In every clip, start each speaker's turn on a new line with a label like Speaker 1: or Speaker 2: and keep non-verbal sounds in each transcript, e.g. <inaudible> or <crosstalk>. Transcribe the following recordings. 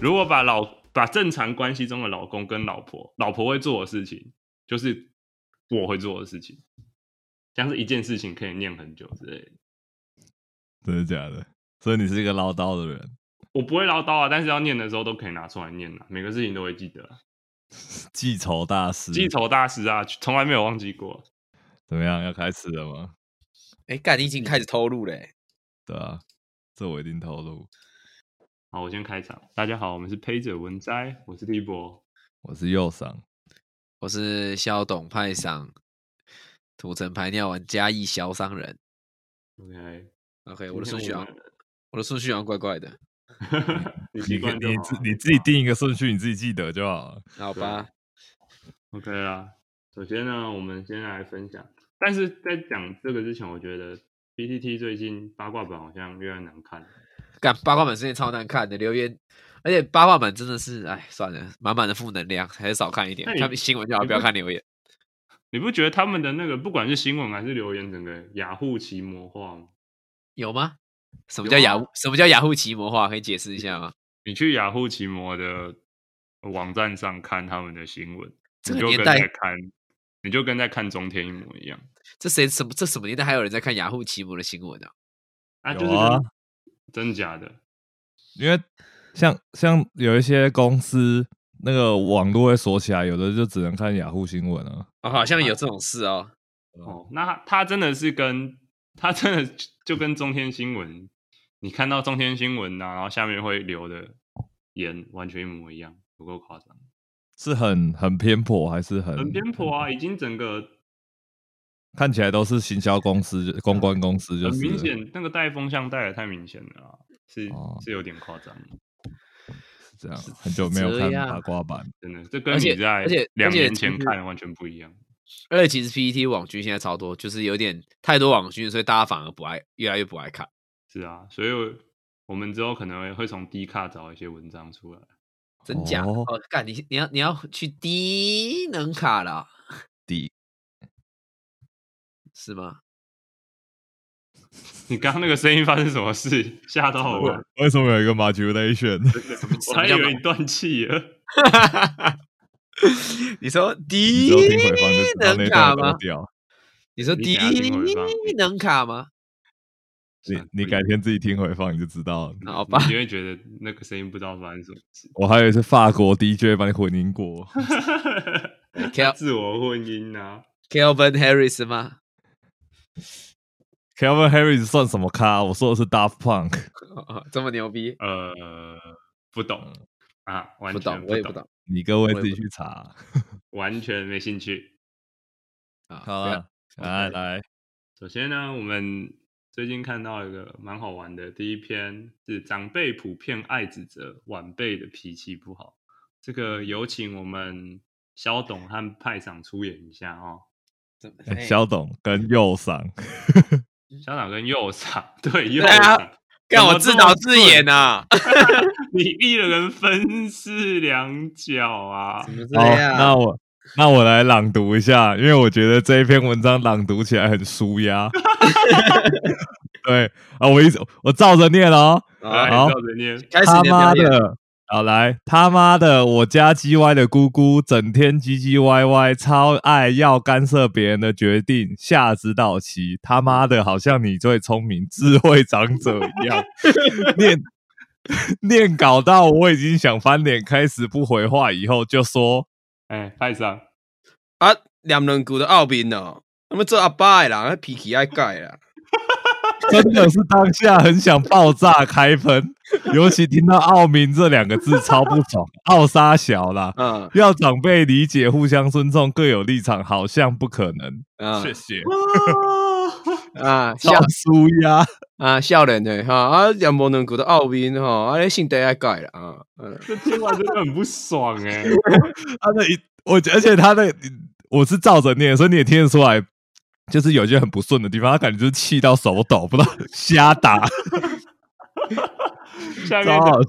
Speaker 1: 如果把老把正常关系中的老公跟老婆，老婆会做的事情，就是我会做的事情，像是一件事情可以念很久之类的。
Speaker 2: 真的假的？所以你是一个唠叨的人，
Speaker 1: 我不会唠叨啊，但是要念的时候都可以拿出来念啊，每个事情都会记得啊、
Speaker 2: 记仇大师。
Speaker 1: 记仇大师啊，从来没有忘记过。
Speaker 2: 怎么样？要开始了吗？
Speaker 3: 哎，干，你已经开始透露嘞、
Speaker 2: 对啊，这我一定透露。
Speaker 1: 好，我先开场。大家好，我们是胚者文摘，我是立博。
Speaker 2: 我是右上，
Speaker 3: 我是肖董派赏，土城排尿玩嘉义小商人。
Speaker 1: OK，
Speaker 3: OK，我的
Speaker 1: 今
Speaker 3: 顺序
Speaker 1: 天
Speaker 3: 好
Speaker 1: 我
Speaker 3: 像，我的顺序好像怪怪的。
Speaker 1: 们你习惯就
Speaker 2: 你
Speaker 1: 好啊
Speaker 2: 自你自己定一个顺序，你自己记得就好了。
Speaker 3: 好吧，
Speaker 1: OK 啦。首先呢，我们先来分享，但是在讲这个之前，我觉得 BTT 最近八卦版好像越来越难看了。
Speaker 3: 干八卦版真的超难看的留言，而且八卦版真的是，哎，算了，满满的负能量，还是少看一点
Speaker 1: 那。你
Speaker 3: 看新闻就好，
Speaker 1: 你
Speaker 3: 不要
Speaker 1: 不
Speaker 3: 看留言。
Speaker 1: 你不觉得他们的那个不管是新闻还是留言，整个雅虎奇魔化吗？
Speaker 3: 有吗？什么
Speaker 1: 有
Speaker 3: 叫雅
Speaker 1: 啊
Speaker 3: 虎？什么叫雅虎奇魔化？可以解释一下吗？
Speaker 1: 你去雅虎奇摩的网站上看他们的新闻，
Speaker 3: 这
Speaker 1: 你
Speaker 3: 个
Speaker 1: 就
Speaker 3: 年
Speaker 1: 跟
Speaker 3: 代
Speaker 1: 在看，你就跟在看中天一模一样。
Speaker 3: 这谁什么这什么年代还有人在看雅虎奇摩的新闻啊？
Speaker 1: 啊，
Speaker 2: 有
Speaker 1: 就是
Speaker 2: 啊
Speaker 1: 真假的，
Speaker 2: 因为像像有一些公司那个网络会锁起来，有的就只能看雅虎新闻啊。
Speaker 3: 哦，好像有这种事哦。
Speaker 1: 哦，那他他真的是跟他真的就就跟中天新闻，你看到中天新闻呐、啊然后下面会留的言完全一模一样，不够夸张，
Speaker 2: 是很很偏颇，还是很
Speaker 1: 很偏颇啊，已经整个
Speaker 2: 看起来都是行销公司、公关公司，就
Speaker 1: 很
Speaker 2: 是
Speaker 1: 明显，那个带风向带的太明显了、啊，是、
Speaker 2: 哦
Speaker 1: 是有点夸张，
Speaker 2: 是这样。很久没有
Speaker 3: 这
Speaker 2: 看
Speaker 3: 样
Speaker 2: 八卦版，
Speaker 1: 真的，这跟
Speaker 3: 而且
Speaker 1: 你在
Speaker 3: 而且而
Speaker 1: 两
Speaker 3: 且
Speaker 1: 年
Speaker 3: 其
Speaker 1: 前
Speaker 3: 实
Speaker 1: 看完全不一样。
Speaker 3: 而且其实 PPT 网剧现在超多，就是有点太多网剧，所以大家反而不爱，越来越不爱看。
Speaker 1: 是啊，所以我我们之后可能会从 D 卡找一些文章出来。
Speaker 3: 真假的？
Speaker 2: 哦
Speaker 3: 哦，干、你你要你要去低能卡啊啦？
Speaker 2: 低
Speaker 3: 是吗？
Speaker 1: 你刚刚那个声音发生什么事？吓到
Speaker 3: 啊
Speaker 1: 我了， <laughs>
Speaker 2: 为什么有一个 modulation？
Speaker 1: 我还以为你断气了。
Speaker 3: 你说
Speaker 2: 你
Speaker 3: 低
Speaker 2: 只有听回放就知道那
Speaker 3: 能卡
Speaker 2: 段有
Speaker 3: 吗
Speaker 2: 多？屌。
Speaker 3: 你说
Speaker 1: 你
Speaker 3: 低
Speaker 1: 等下听回放
Speaker 3: 能卡吗？
Speaker 2: 你
Speaker 1: 算
Speaker 2: 你
Speaker 1: 了
Speaker 2: 改天自己听回放你就知道了。
Speaker 3: 好吧，
Speaker 1: 你会觉得那个声音不知道发生什么
Speaker 3: <laughs>
Speaker 1: 事，
Speaker 2: 我还以为是法国 DJ 把你混音过，
Speaker 3: Kel
Speaker 1: 自我婚姻啊，
Speaker 3: Kelvin Harris 吗？ <laughs>
Speaker 2: Kevin Harris 算什么咖？我说的是 Daft Punk，
Speaker 3: 哦哦这么牛逼？
Speaker 1: 呃，不懂啊，完
Speaker 3: 嗯不
Speaker 1: 全
Speaker 3: 懂，我也不懂
Speaker 2: 你各位
Speaker 3: 我也
Speaker 2: 自己
Speaker 3: 不
Speaker 2: 去查。
Speaker 1: 完全没兴趣。
Speaker 3: 啊。
Speaker 2: 好
Speaker 3: 不要
Speaker 2: 了，来
Speaker 1: OK
Speaker 2: 来，
Speaker 1: 首先呢，我们最近看到一个蛮好玩的，第一篇是长辈普遍爱指责晚辈的脾气不好，这个
Speaker 3: 嗯
Speaker 1: 有请我们肖董和派长出演一下哦。
Speaker 3: 这么
Speaker 2: 哎
Speaker 3: 哎
Speaker 2: 肖董跟右赏，
Speaker 1: 肖董跟右赏， <laughs> 对右
Speaker 3: 嗯对啊
Speaker 1: 赏，
Speaker 3: 干
Speaker 1: 怎
Speaker 3: 我
Speaker 1: 么
Speaker 3: 自
Speaker 1: 这
Speaker 3: 导
Speaker 1: 么
Speaker 3: 自演啊呐！
Speaker 1: 你一人分饰两角啊，
Speaker 3: 怎么这
Speaker 2: 好，
Speaker 3: <laughs>
Speaker 2: 那
Speaker 3: 样？
Speaker 2: 我那我来朗读一下，因为我觉得这一篇文章朗读起来很舒压。 <laughs> 对啊，我一直我照着念哦。
Speaker 1: 来
Speaker 4: 哎
Speaker 3: 啊
Speaker 2: 好
Speaker 1: 照着念。
Speaker 3: 开始
Speaker 2: 他
Speaker 3: 你的表
Speaker 2: 妈
Speaker 3: 演。
Speaker 2: 的，好来，他妈的，我家 G Y 的姑姑整天唧唧歪歪，超爱要干涉别人的决定，下指导棋。他妈的，好像你最聪明，智慧长者一样，念。念搞到我已经想翻脸，开始不回话，以后就说
Speaker 1: 哎，派上
Speaker 4: 啊，念两句就拗面咯。那么做阿爸的人，那脾气爱改啦。
Speaker 2: 真的是当下很想爆炸开喷，尤其听到“奥明”这两个字超不爽，奥沙小啦，
Speaker 4: 嗯
Speaker 2: 要长辈理解，互相尊重，各有立场，好像不可能。
Speaker 4: 嗯
Speaker 2: 谢谢，
Speaker 4: 啊，
Speaker 2: 笑
Speaker 4: 笑
Speaker 2: 输呀，
Speaker 4: 啊，少年的哈啊，念无两句就拗面吼，啊，你性地爱改啦啊。嗯
Speaker 1: <laughs> 这听完真的很不爽
Speaker 3: <laughs>
Speaker 1: 哎、
Speaker 2: 他的一我，而且他的我是照着念，所以你也听得出来，就是有一些很不顺的地方，他感觉就是气到手抖，不知道瞎打，
Speaker 1: 下面
Speaker 2: 超好
Speaker 1: 的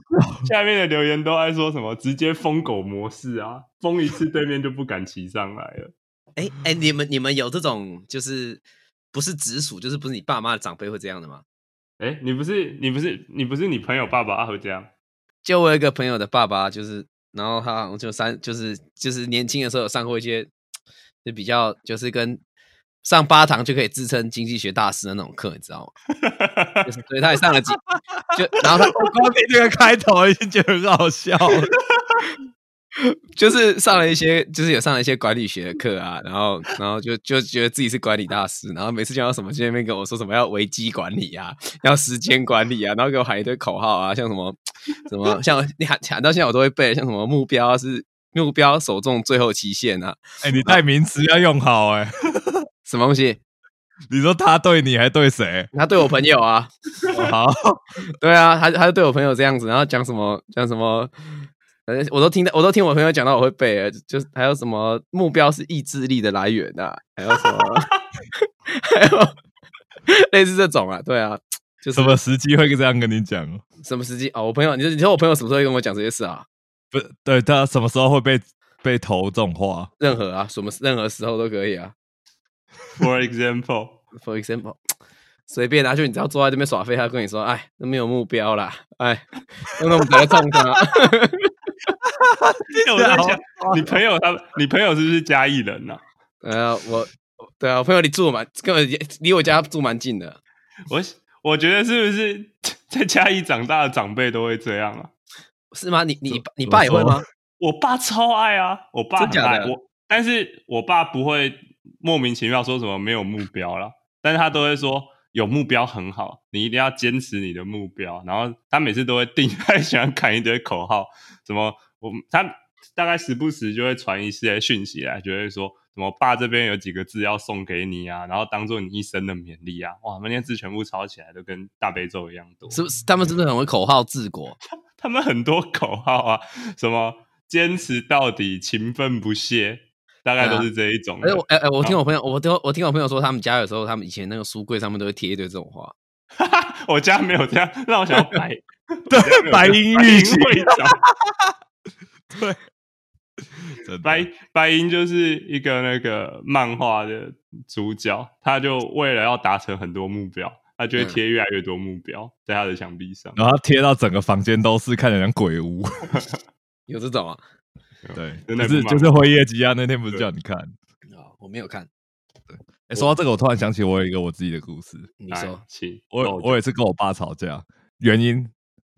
Speaker 1: 下面的留言都爱说什么直接疯狗模式啊，疯一次对面就不敢骑上来了。 <laughs>
Speaker 3: 哎哎，你们你们有这种就是不是直属，就是不是你爸妈的长辈会这样的吗？
Speaker 1: 哎，你不是你不是你不是你朋友爸爸会这样？
Speaker 3: 就我有一个朋友的爸爸，就是然后他好像就三就是就是年轻的时候有上过一些就比较就是跟上八堂就可以自称经济学大师的那种课，你知道吗？就是所以他也上了几就然后他
Speaker 2: 我光听这个开头已经觉得很好笑了。
Speaker 3: 就是上了一些，就是有上了一些管理学的课啊，然后然后就就觉得自己是管理大师，然后每次讲到什么，就在那边跟我说什么要危机管理啊， <laughs> 要时间管理啊，然后给我喊一堆口号啊，像什么什么像你喊喊到现在我都会背，像什么目标是目标首中最后期限啊，
Speaker 2: <laughs> 哎、你代名词要用好哎、
Speaker 3: 什么东西？
Speaker 2: 你说他对你还对谁？ <laughs>
Speaker 3: 他对我朋友啊，
Speaker 2: 好，
Speaker 3: 对啊，他他就对我朋友这样子，然后讲什么讲什么，反正我都听到，我都听我朋友讲到，我会背了，就是还有什么目标是意志力的来源啊，还有什么，
Speaker 2: <laughs>
Speaker 3: 还有类似这种啊，对啊，就是
Speaker 2: 什么时机会这样跟你讲？
Speaker 3: 什么时机哦，我朋友，你说你说我朋友什么时候会跟我讲这些事啊？
Speaker 2: 不对，他什么时候会被被投这种话？
Speaker 3: 任何啊，什么任何时候都可以啊
Speaker 1: ，For example，
Speaker 3: ，for example。随便拿、啊、就你只要坐在这边耍废，他就跟你说：“哎，都没有目标啦，哎，那我们得中他。
Speaker 1: 因为我在想， <laughs> 你朋友他，你朋友是不是嘉义人呐、啊？
Speaker 3: 呃，我对啊，我朋友离住蛮，跟我离我家住蛮近的。
Speaker 1: 我我觉得是不是 <laughs> 在嘉义长大的长辈都会这样啊？
Speaker 3: 是吗？你你你
Speaker 2: 怎
Speaker 3: 爸
Speaker 2: 么
Speaker 3: 也会
Speaker 2: 说
Speaker 3: 吗？
Speaker 1: 我爸超爱啊，我爸
Speaker 3: 真
Speaker 1: 很
Speaker 3: 假
Speaker 1: 爱
Speaker 3: 的
Speaker 1: 我，但是我爸不会莫名其妙说什么没有目标啦，但是他都会说有目标很好，你一定要坚持你的目标。然后他每次都会定， <laughs> 他也喜欢喊一堆口号，什么我他大概时不时就会传一些讯息来，就会说什么爸这边有几个字要送给你啊，然后当做你一生的勉励啊。哇，那些字全部抄起来都跟大悲咒一样多，
Speaker 3: 是不是他们是不是很会口号治国？
Speaker 1: 他们很多口号啊， <laughs> 什么坚持到底、勤奋不懈，大概都是这一种
Speaker 3: 哎、
Speaker 1: 的。
Speaker 3: 我哎哎、我听我朋友，我听我我听我朋友说，他们家有时候他们以前那个书柜上面都会贴一堆这种话。
Speaker 1: <laughs> 我家没有这样，让我想要
Speaker 3: <laughs>
Speaker 1: 白
Speaker 2: 对，白银
Speaker 1: 玉
Speaker 2: 玉
Speaker 1: 其会
Speaker 3: 啊
Speaker 1: 长，
Speaker 2: 真的
Speaker 1: <laughs> 白白银就是一个那个漫画的主角，他就为了要达成很多目标，他
Speaker 3: 嗯
Speaker 1: 就会贴越来越多目标在他的墙壁上。
Speaker 2: 然后贴到整个房间都是，看起来像鬼屋。
Speaker 3: 有这种啊？
Speaker 2: 对，
Speaker 1: 真
Speaker 2: 就
Speaker 1: 的
Speaker 2: 是
Speaker 1: 不
Speaker 2: 就
Speaker 1: 瞒
Speaker 2: 是
Speaker 1: 你
Speaker 2: 辉夜姬啊，那天不是叫你看？
Speaker 3: 啊，我没有看。
Speaker 2: 哎、说到这个，我突然想起我有一个我自己的故事。
Speaker 3: 你
Speaker 1: 来
Speaker 3: 说，
Speaker 1: 哎请哦
Speaker 2: 我
Speaker 1: 豆
Speaker 2: 我也是跟我爸吵架，原因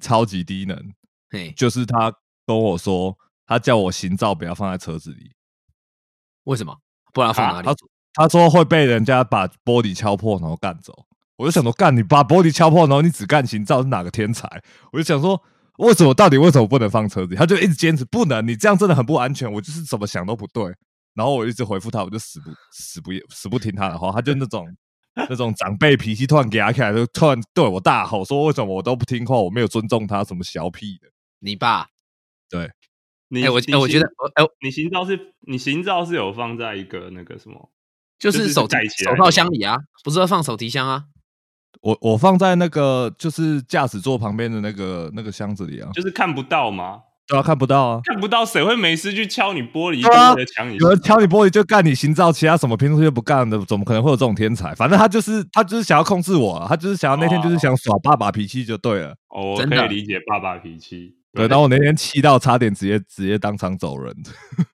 Speaker 2: 超级低能，
Speaker 3: 嘿，
Speaker 2: 就是他跟我说，他叫我行照不要放在车子里，
Speaker 3: 为什么？不然要放哪里？
Speaker 2: 他他说会被人家把玻璃敲破然后干走。我就想说，干你把玻璃敲破，然后你只干行照是哪个天才？我就想说，为什么到底为什么不能放车子里？他就一直坚持不能，你这样真的很不安全。我就是怎么想都不对。然后我一直回复他，我就死不死不死不听他的话，他就那种那种长辈脾气突然给他起来，就突然对我大吼说：“为什么我都不听话？我没有尊重他，什么小屁的。
Speaker 3: 你爸？
Speaker 1: 你
Speaker 3: 哎、我
Speaker 1: 你
Speaker 3: 哎、我觉
Speaker 1: 行
Speaker 3: 得，我哎、
Speaker 1: 你行照是你行照是有放在一个那个什么
Speaker 3: 就
Speaker 1: 就是是
Speaker 3: 手提
Speaker 1: 盖起来
Speaker 3: 手
Speaker 1: 的
Speaker 3: 套箱里啊，不是要放手提箱啊？
Speaker 2: 我”我放在那个就是驾驶座旁边的那个那个箱子里啊，
Speaker 1: 就是看不到吗？
Speaker 2: 对啊，看不到啊。
Speaker 1: 看不到谁会没事去敲你玻璃，
Speaker 2: 对啊
Speaker 1: 或者抢你？
Speaker 2: 有人敲你玻璃就干你行照，其他什么平时就不干的，怎么可能会有这种天才？反正他就是他就是想要控制我啊，他就是想要那天
Speaker 3: 哦
Speaker 2: 就是想耍爸爸脾气就对了。
Speaker 1: 哦，我
Speaker 3: 真
Speaker 1: 可
Speaker 3: 的
Speaker 1: 以理解爸爸脾气。
Speaker 2: 对，然后我那天气到差点直接直接当场走人，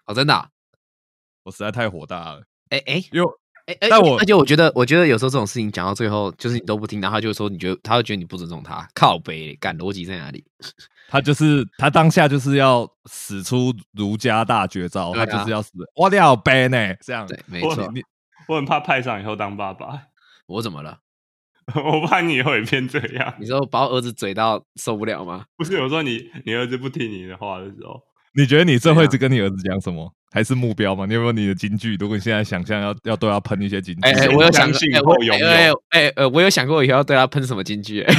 Speaker 3: 哦，真的、啊？
Speaker 2: 我实在太火大了，
Speaker 3: 哎哎
Speaker 2: 因为
Speaker 3: 哎哎！
Speaker 2: 但我
Speaker 3: 而且我觉得，我觉得有时候这种事情讲到最后，就是你都不听，然后他就说你觉得，他会觉得你不尊重他，靠背，干逻辑在哪里？
Speaker 2: 他就是他当下就是要使出儒家大绝招，
Speaker 3: 对啊
Speaker 2: 他就是要死我了杯呢，这样
Speaker 3: 对，没
Speaker 1: 我
Speaker 3: 错，
Speaker 2: 你
Speaker 1: 我很怕派上以后当爸爸， <laughs>
Speaker 3: 我怎么了？
Speaker 1: 我怕你以后也变这样。
Speaker 3: 你说把我儿子嘴到受不了吗？
Speaker 1: 不是我说你，你儿子不听你的话的时候，
Speaker 2: 你觉得你最
Speaker 3: 对啊
Speaker 2: 会跟你儿子讲什么？还是目标吗？你有没有你的金句？如果你现在想象要要对他喷一些金句，，
Speaker 3: 哎、哎、我有想
Speaker 1: 相信
Speaker 3: 哎
Speaker 1: 后
Speaker 3: 我
Speaker 1: 拥有
Speaker 3: 哎哎哎呃，我有想过以后要对他喷什么金句、
Speaker 1: 来，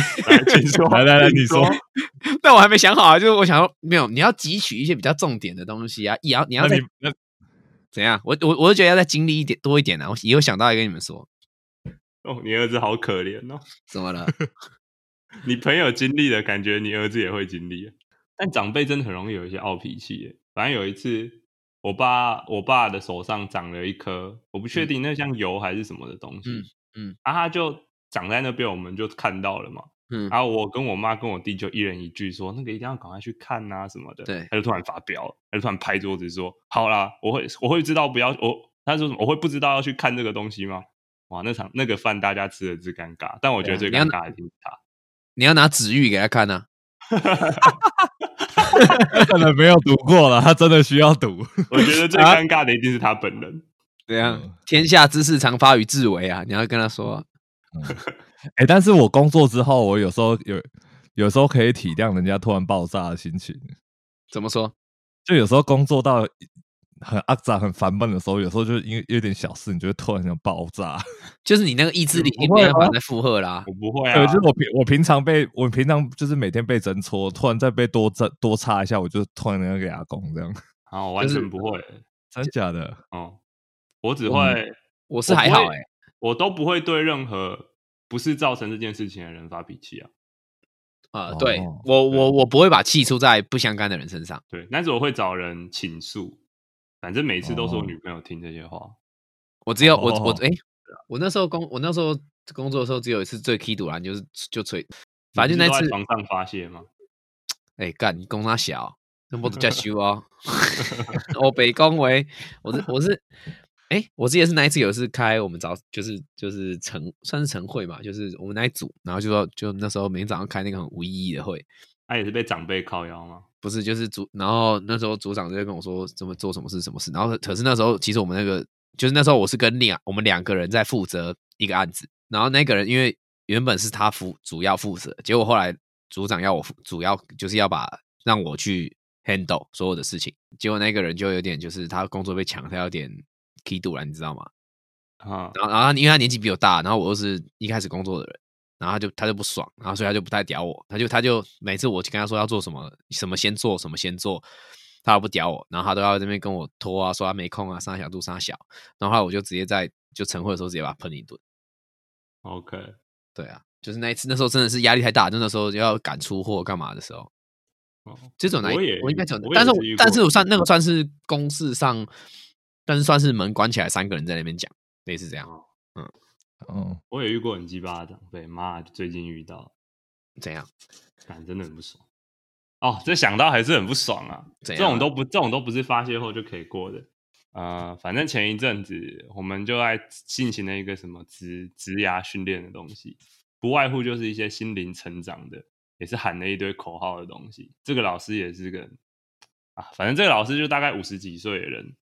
Speaker 1: 请说
Speaker 2: <laughs> 来来来
Speaker 1: 请
Speaker 2: 你说
Speaker 3: <laughs> 但我还没想好啊，就是我想要没有，你要汲取一些比较重点的东西啊，也要你
Speaker 2: 那
Speaker 3: 要再
Speaker 2: 你那
Speaker 3: 怎样？我我我就觉得要再经历一点多一点啊，我以后想到也跟你们说，
Speaker 1: 哦，你儿子好可怜哦，<laughs>
Speaker 3: 怎么了？
Speaker 1: 你朋友经历了，感觉你儿子也会经历。啊但长辈真的很容易有一些傲脾气耶。反正有一次，我爸我爸的手上长了一颗，我不确
Speaker 2: 嗯
Speaker 1: 定那像油还是什么的东西，
Speaker 3: 嗯嗯
Speaker 1: 啊，他就长在那边，我们就看到了嘛。
Speaker 4: 嗯
Speaker 1: 然后我跟我妈跟我弟就一人一句说那个一定要赶快去看呐、什么的。
Speaker 3: 对
Speaker 1: 他就突然发飙了，他就突然拍桌子说：“好啦，我会我会知道不要我。”他说什么：“我会不知道要去看这个东西吗？”哇，那场那个饭大家吃的之尴尬，但我觉得最
Speaker 3: 对
Speaker 1: 尴
Speaker 3: 啊你要
Speaker 1: 尬的一定是
Speaker 3: <laughs>
Speaker 1: 他。
Speaker 3: 你要拿纸玉给他看啊，
Speaker 2: 可能没有读过了，他真的需要读。
Speaker 1: 我觉得最
Speaker 3: 啊
Speaker 1: 尴尬的一定是他本人。
Speaker 4: 怎样？
Speaker 3: 天下之事常发于至为啊，你要跟他说啊、
Speaker 2: 哎、但是我工作之后，我有时候有有时候可以体谅人家突然爆炸的心情，
Speaker 3: 怎么说？
Speaker 2: 就有时候工作到很肮脏、很烦闷的时候，有时候就因为有点小事，你就会突然想爆炸。
Speaker 3: 就是你那个意志力已经
Speaker 2: 不会
Speaker 3: 没
Speaker 2: 啊
Speaker 3: 办法再负荷啦、
Speaker 1: 我不会啊，
Speaker 2: 对，就是我平我平常被我平常就是每天被针戳，突然再被多针多插一下，我就突然要给他攻这样。
Speaker 1: 啊，我完
Speaker 3: 就是
Speaker 1: 全不会。
Speaker 2: 真的假的？
Speaker 1: 哦，我只
Speaker 2: 嗯
Speaker 1: 会，
Speaker 3: 我是还好
Speaker 1: 我不
Speaker 3: 哎、
Speaker 1: 会我都不会对任何不是造成这件事情的人发脾气啊。
Speaker 3: 啊、
Speaker 2: 哦
Speaker 3: 对我我我不会把气出在不相干的人身上。
Speaker 1: 对，但是我会找人倾诉，反正每次都是我
Speaker 2: 哦
Speaker 1: 女朋友听这些话。
Speaker 3: 我只有我我
Speaker 2: 哦
Speaker 3: 哎、我那时候工我那时候工作的时候只有一次最 key 堵然就是就吹，反正就
Speaker 1: 你
Speaker 3: 那
Speaker 1: 不是
Speaker 3: 次
Speaker 1: 都在床上发泄吗？
Speaker 3: 哎干你工他小，那么多加修哦， <laughs> 我北工为我是我是哎、我记得是那一次有一次开我们早就是就是晨算是晨会嘛，就是我们那一组，然后就说就那时候每天早上开那个很无意义的会，
Speaker 1: 她、啊也是被长辈靠腰吗？
Speaker 3: 不是，就是组，然后那时候组长就跟我说怎么做什么事什么事，然后可是那时候其实我们那个就是那时候我是跟两我们两个人在负责一个案子，然后那个人因为原本是他负主要负责，结果后来组长要我负主要就是要把让我去 handle 所有的事情，结果那个人就有点就是他工作被抢，他有点 key 度了，你知道吗？
Speaker 1: 啊，
Speaker 3: 然后然后他因为他年纪比我大，然后我又是一开始工作的人，然后他就他就不爽，然后所以他就不太屌我，他就他就每次我去跟他说要做什么什么先做什么先做，他都不屌我，然后他都要在那边跟我拖啊，说他没空啊，杀小度杀小，然后后来我就直接在就晨会的时候直接把他喷一顿，
Speaker 1: OK，
Speaker 3: 对啊，就是那一次那时候真的是压力太大，就那时候要赶出货干嘛的时候，
Speaker 1: 哦
Speaker 3: 这种哪一
Speaker 1: 我也
Speaker 3: 我应该讲
Speaker 1: 我，也
Speaker 3: 但是我
Speaker 1: 是遇过
Speaker 3: 但是我算那个算是公事上，但是算是门关起来三个人在那边讲，类似这样
Speaker 1: 哦
Speaker 2: 嗯，
Speaker 1: 我也遇过很鸡巴的长辈，妈，最近遇到，
Speaker 3: 怎样
Speaker 1: 感真的很不爽。哦，这想到还是很不爽啊！
Speaker 3: 怎
Speaker 1: 这
Speaker 3: 样
Speaker 1: 种都不，这种都不是发泄后就可以过的。呃，反正前一阵子我们就在进行了一个什么职职涯训练的东西，不外乎就是一些心灵成长的，也是喊了一堆口号的东西。这个老师也是个啊，反正这个老师就大概五十几岁的人。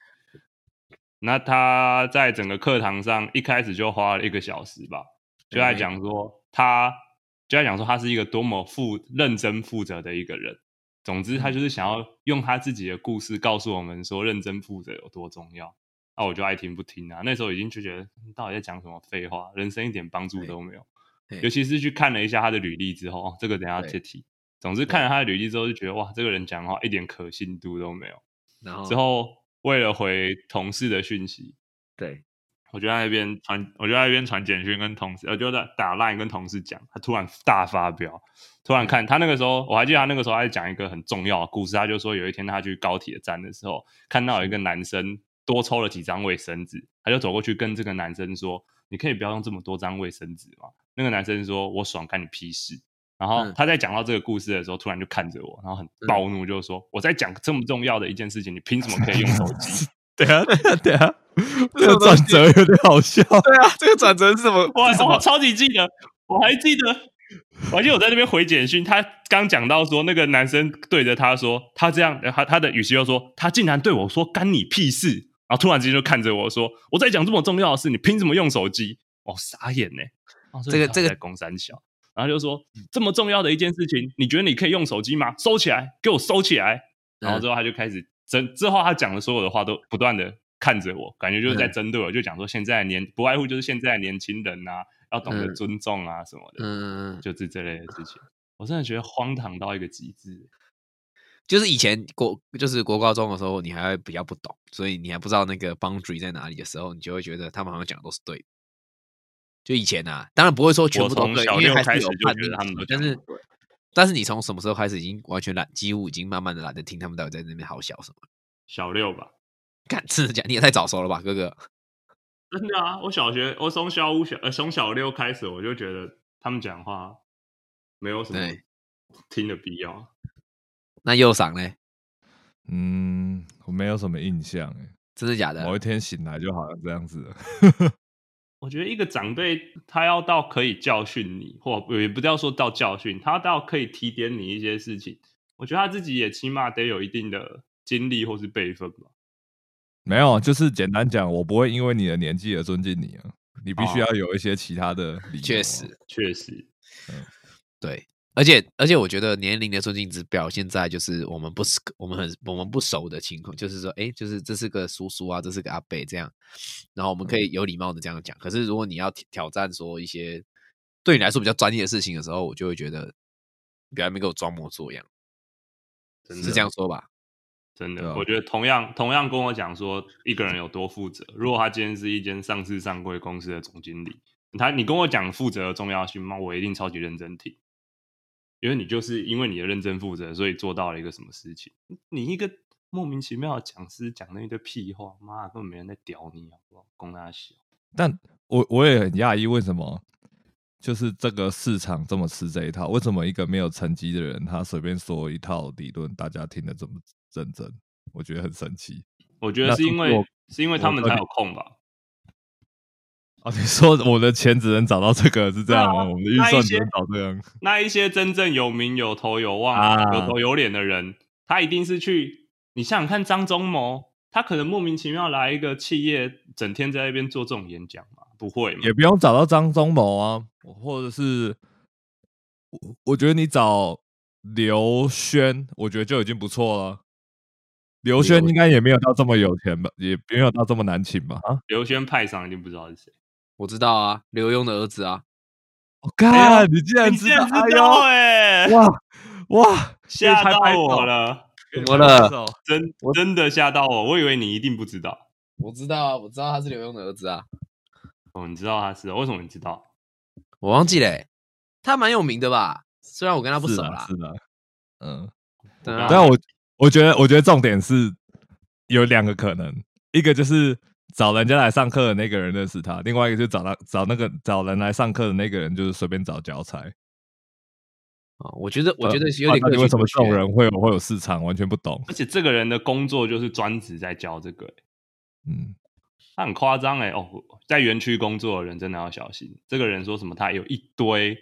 Speaker 1: 那他在整个课堂上一开始就花了一个小时吧，就在讲说他就在讲说他是一个多么负认真负责的一个人。总之，他就是想要用他自己的故事告诉我们说，认真负责有多重要。那、我就爱听不听啊。那时候已经就觉得嗯到底在讲什么废话，人生一点帮助都没有
Speaker 3: 对。
Speaker 1: 尤其是去看了一下他的履历之后，哦，这个等一下
Speaker 3: 对
Speaker 1: 再提。总之看了他的履历之后，就觉得哇，这个人讲话一点可信度都没有。
Speaker 3: 然后
Speaker 1: 之后为了回同事的讯息，
Speaker 3: 对。
Speaker 1: 我就在那边传，我就在那边传简讯跟同事，呃我就在打 line 跟同事讲，他突然大发飙，突然看他那个时候，我还记得他那个时候他在讲一个很重要的故事，他就说有一天他去高铁站的时候，看到有一个男生多抽了几张卫生纸，他就走过去跟这个男生说：“你可以不要用这么多张卫生纸吗？”那个男生说：“我爽，干你屁事。”然后
Speaker 3: 嗯
Speaker 1: 他在讲到这个故事的时候，突然就看着我，然后很暴怒，就说：“我在讲这么重要的一件事情，你凭什么可以用手机？”
Speaker 2: 等一下等一下等一 <laughs> 下，这
Speaker 4: 种
Speaker 2: 个
Speaker 4: 东
Speaker 2: 转
Speaker 4: 西
Speaker 2: 折有点好笑。
Speaker 4: 对啊，这个转折是什么？
Speaker 1: 哇
Speaker 4: 是什
Speaker 1: 我
Speaker 4: 么？
Speaker 1: 超级记得，我还记得，我还记得我在那边回简讯，他刚讲到说那个男生对着他说，他这样，呃他他的语气又说，他竟然对我说干你屁事，然后突然之间就看着我说，我在讲这么重要的事，你凭什么用手机？我、傻眼呢、哦所以
Speaker 3: 这个
Speaker 1: 他
Speaker 3: 这个
Speaker 1: 在公三小，然后就说这么重要的一件事情，你觉得你可以用手机吗？收起来，给我收起来。然
Speaker 3: 嗯
Speaker 1: 后之后他就开始针，之后他讲的所有的话都不断的看着我，感觉就是在
Speaker 3: 嗯
Speaker 1: 针对我，就讲说现在的年不外乎就是现在的年轻人啊，要懂得
Speaker 3: 嗯
Speaker 1: 尊重啊什么的，
Speaker 3: <laughs> 嗯，
Speaker 1: 就是这类的事情。我真的觉得荒唐到一个极致。
Speaker 3: 就是以前国就是国高中的时候，你还会比较不懂，所以你还不知道那个 boundary 在哪里的时候，你就会觉得他们好像讲的都是对的。就以前啊，当然不会说全
Speaker 1: 我
Speaker 3: 部都
Speaker 1: 从
Speaker 3: 对，
Speaker 1: 小
Speaker 3: 因
Speaker 1: 六
Speaker 3: 为还
Speaker 1: 开
Speaker 3: 是有
Speaker 1: 始就
Speaker 3: 判
Speaker 1: 觉
Speaker 3: 定
Speaker 1: 得他们都
Speaker 3: 的
Speaker 1: 讲
Speaker 3: 但
Speaker 1: 得
Speaker 3: 是但是你从什么时候开始已经完全懒，几乎已经慢慢的懒得听他们到底在那边好笑什么了？
Speaker 1: 小六吧，
Speaker 3: 干，真的假的？你也太早熟了吧，哥哥。
Speaker 1: 真的啊！我小学我从小五小呃从小六开始，我就觉得他们讲话没有什么
Speaker 3: 对
Speaker 1: 听的必要。
Speaker 3: 那右赏嘞，
Speaker 2: 嗯，我没有什么印象哎，
Speaker 3: 真的假的？
Speaker 2: 某一天醒来就好像这样子了。
Speaker 1: 我觉得一个长辈他要到可以教训你，或也不要说到教训，他到可以提点你一些事情。我觉得他自己也起码得有一定的经历或是辈分吧。
Speaker 2: 没有，就是简单讲，我不会因为你的年纪而尊敬你啊，你必须要有一些其他的理由啊。
Speaker 3: 确实，
Speaker 1: 哦确实，
Speaker 3: 对，而且而且我觉得年龄的尊敬只表现在就是我们不是我们很我们不熟的情况，就是说，哎，就是这是个叔叔啊，这是个阿伯这样，然后我们可以有礼貌的这样讲。可是如果你要挑挑战说一些对你来说比较专业的事情的时候，我就会觉得你不要在那边给我装模作样，
Speaker 1: 真的
Speaker 3: 是这样说吧？
Speaker 1: 真
Speaker 2: 对啊
Speaker 1: 的，我觉得同样同样跟我讲说一个人有多负责。如果他今天是一间上市上柜公司的总经理，他你跟我讲负责的重要性那我一定超级认真听，因为你就是因为你的认真负责，所以做到了一个什么事情。你一个莫名其妙的讲师讲那一堆屁话，妈根本没人在屌你，好不好？供他笑。
Speaker 2: 但我我也很讶异，为什么就是这个市场这么吃这一套？为什么一个没有成绩的人，他随便说一套理论，大家听得这么认真？我觉得很神奇。
Speaker 1: 我觉
Speaker 2: 那
Speaker 1: 得是因
Speaker 2: 是
Speaker 1: 为
Speaker 2: 我
Speaker 1: 是因为他们才有空吧？
Speaker 2: 哦，你说我的钱只能找到这个是这样
Speaker 1: 对 <laughs>
Speaker 2: 吗？
Speaker 1: 啊
Speaker 2: 我们的预
Speaker 1: 那一
Speaker 2: 算
Speaker 1: 些
Speaker 2: 只能找这样。
Speaker 1: 那一些真正有名有头有望、
Speaker 2: 啊
Speaker 1: 有头有脸的人，他一定是去。你想想看，张忠谋，他可能莫名其妙来一个企业，整天在那边做这种演讲嘛？不会嘛？
Speaker 2: 也不用找到张忠谋啊，或者是我我觉得你找刘轩，我觉得就已经不错了。刘轩应该也没有到这么有钱吧，也没有到这么难请吧？啊，
Speaker 1: 刘轩派上一定不知道是谁，
Speaker 3: 我知道啊，刘墉的儿子啊，
Speaker 2: 我
Speaker 1: 哎
Speaker 2: 看
Speaker 1: 呦
Speaker 2: 你竟然
Speaker 1: 你
Speaker 2: 知
Speaker 1: 竟然
Speaker 2: 道，哎
Speaker 1: 知道哎、
Speaker 2: 哇
Speaker 1: <laughs>
Speaker 2: 哇，
Speaker 1: 吓到
Speaker 2: 拍手
Speaker 1: 我了，
Speaker 3: 怎么了？
Speaker 1: 真
Speaker 3: 我
Speaker 1: 真的吓到我，我以为你一定不知道。
Speaker 3: 我知道啊，我知道他是刘墉的儿子啊，
Speaker 1: 哦，你知道他是？为什么你知道？
Speaker 3: 我忘记嘞、欸他蛮有名的吧？虽然我跟他不
Speaker 2: 是
Speaker 3: 熟
Speaker 2: 的，
Speaker 3: 啦
Speaker 2: 是，的，嗯，
Speaker 3: 对
Speaker 1: 啊
Speaker 3: 啊
Speaker 2: 但我我觉得，我觉得重点是有两个可能，一个就是找人家来上课的那个人认识他，另外一个就是找他找那个找人来上课的那个人就是随便找教材。
Speaker 3: 哦我觉得我觉得
Speaker 2: 呃
Speaker 3: 有点
Speaker 2: 不
Speaker 3: 各
Speaker 2: 然
Speaker 3: 取
Speaker 2: 为什么
Speaker 3: 所
Speaker 2: 这种
Speaker 3: 需
Speaker 2: 人会有会有市场，完全不懂。
Speaker 1: 而且这个人的工作就是专职在教这个、欸
Speaker 2: 嗯，
Speaker 1: 他很夸张哎哦，在园区工作的人真的要小心。这个人说什么，他有一堆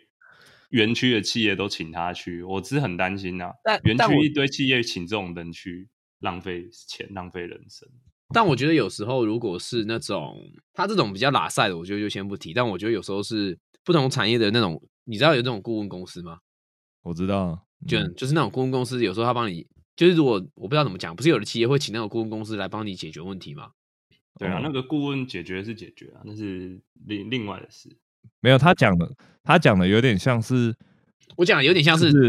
Speaker 1: 园区的企业都请他去，我只是很担心呐、啊。
Speaker 3: 但
Speaker 1: 园
Speaker 3: 但我
Speaker 1: 区一堆企业请这种人去，浪费钱，浪费人生。
Speaker 3: 但我觉得有时候如果是那种他这种比较拉塞的，我觉得就先不提。但我觉得有时候是不同产业的那种，你知道有这种顾问公司吗？
Speaker 2: 我知道。
Speaker 3: 就
Speaker 2: 嗯
Speaker 3: 就是那种顾问公司，有时候他帮你，就是如果我不知道怎么讲，不是有的企业会请那种顾问公司来帮你解决问题吗？
Speaker 1: 对啊，
Speaker 2: 哦
Speaker 1: 那个顾问解决是解决啊，那是另另外的事。
Speaker 2: 没有他讲的，他讲的有点像是
Speaker 3: 我讲的有点像
Speaker 2: 就是是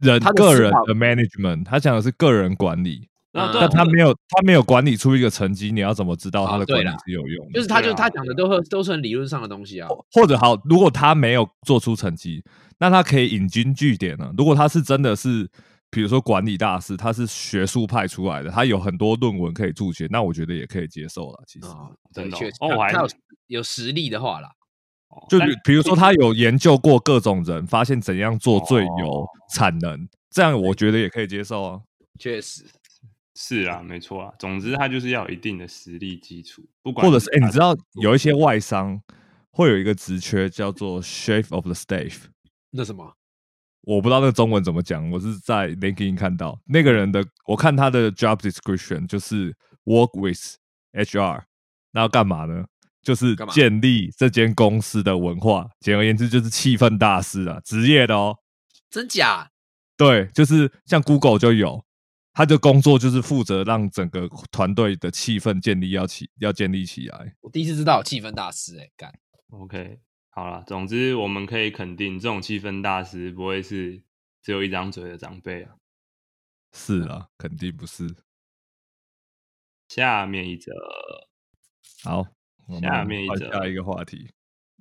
Speaker 2: 人
Speaker 3: 他的
Speaker 2: 个
Speaker 3: 思
Speaker 2: 人
Speaker 3: 考
Speaker 2: 的 management，他讲的是个人管理，
Speaker 1: 那
Speaker 3: 嗯
Speaker 1: 对啊
Speaker 2: 但他没有他没有管理出一个成绩，你要怎么知道
Speaker 3: 哦
Speaker 2: 他的
Speaker 3: 对
Speaker 2: 管理
Speaker 3: 啦
Speaker 2: 是有用的？
Speaker 3: 就是他就
Speaker 1: 对啊
Speaker 3: 是
Speaker 1: 哦
Speaker 3: 他讲的都是都是很理论上的东西啊。
Speaker 2: 或者好，如果他没有做出成绩，那他可以引经据典呢。如果他是真的是，比如说管理大师，他是学术派出来的，他有很多论文可以注解，那我觉得也可以接受了。其实，
Speaker 3: 啊，
Speaker 1: 真
Speaker 3: 对，
Speaker 1: 的哦
Speaker 3: 确实，
Speaker 1: 哦我
Speaker 3: 他
Speaker 1: 还
Speaker 3: 他有有实力的话啦，
Speaker 1: 哦
Speaker 2: 就
Speaker 1: 但
Speaker 2: 比比如说他有研究过各种人，发现怎样做最有
Speaker 1: 哦
Speaker 2: 产能，这样我觉得也可以接受啊。
Speaker 3: 确实，
Speaker 1: 是啊，没错啊。总之，他就是要有一定的实力基础，不管
Speaker 2: 或者是哎、
Speaker 1: 他
Speaker 2: 你知道有一些外商会有一个职缺叫做 chef of the staff，
Speaker 3: 那什么
Speaker 2: 我不知道那个中文怎么讲，我是在 LinkedIn 看到那个人的，我看他的 job description 就是 work with HR，那要干嘛呢？就是
Speaker 3: 干嘛
Speaker 2: 建立这间公司的文化，简而言之就是气氛大师啊，职业的哦。
Speaker 3: 真假？
Speaker 2: 对，就是像 Google 就有，他的工作就是负责让整个团队的气氛建立要起要建立起来。
Speaker 3: 我第一次知道有气氛大师哎，干
Speaker 1: OK，好了，总之我们可以肯定，这种气氛大师不会是只有一张嘴的长辈啊。
Speaker 2: 是啊，肯定不是。
Speaker 1: 下面一则，
Speaker 2: 好，我们
Speaker 1: 下面一
Speaker 2: 换
Speaker 1: 则
Speaker 2: 下一个话题。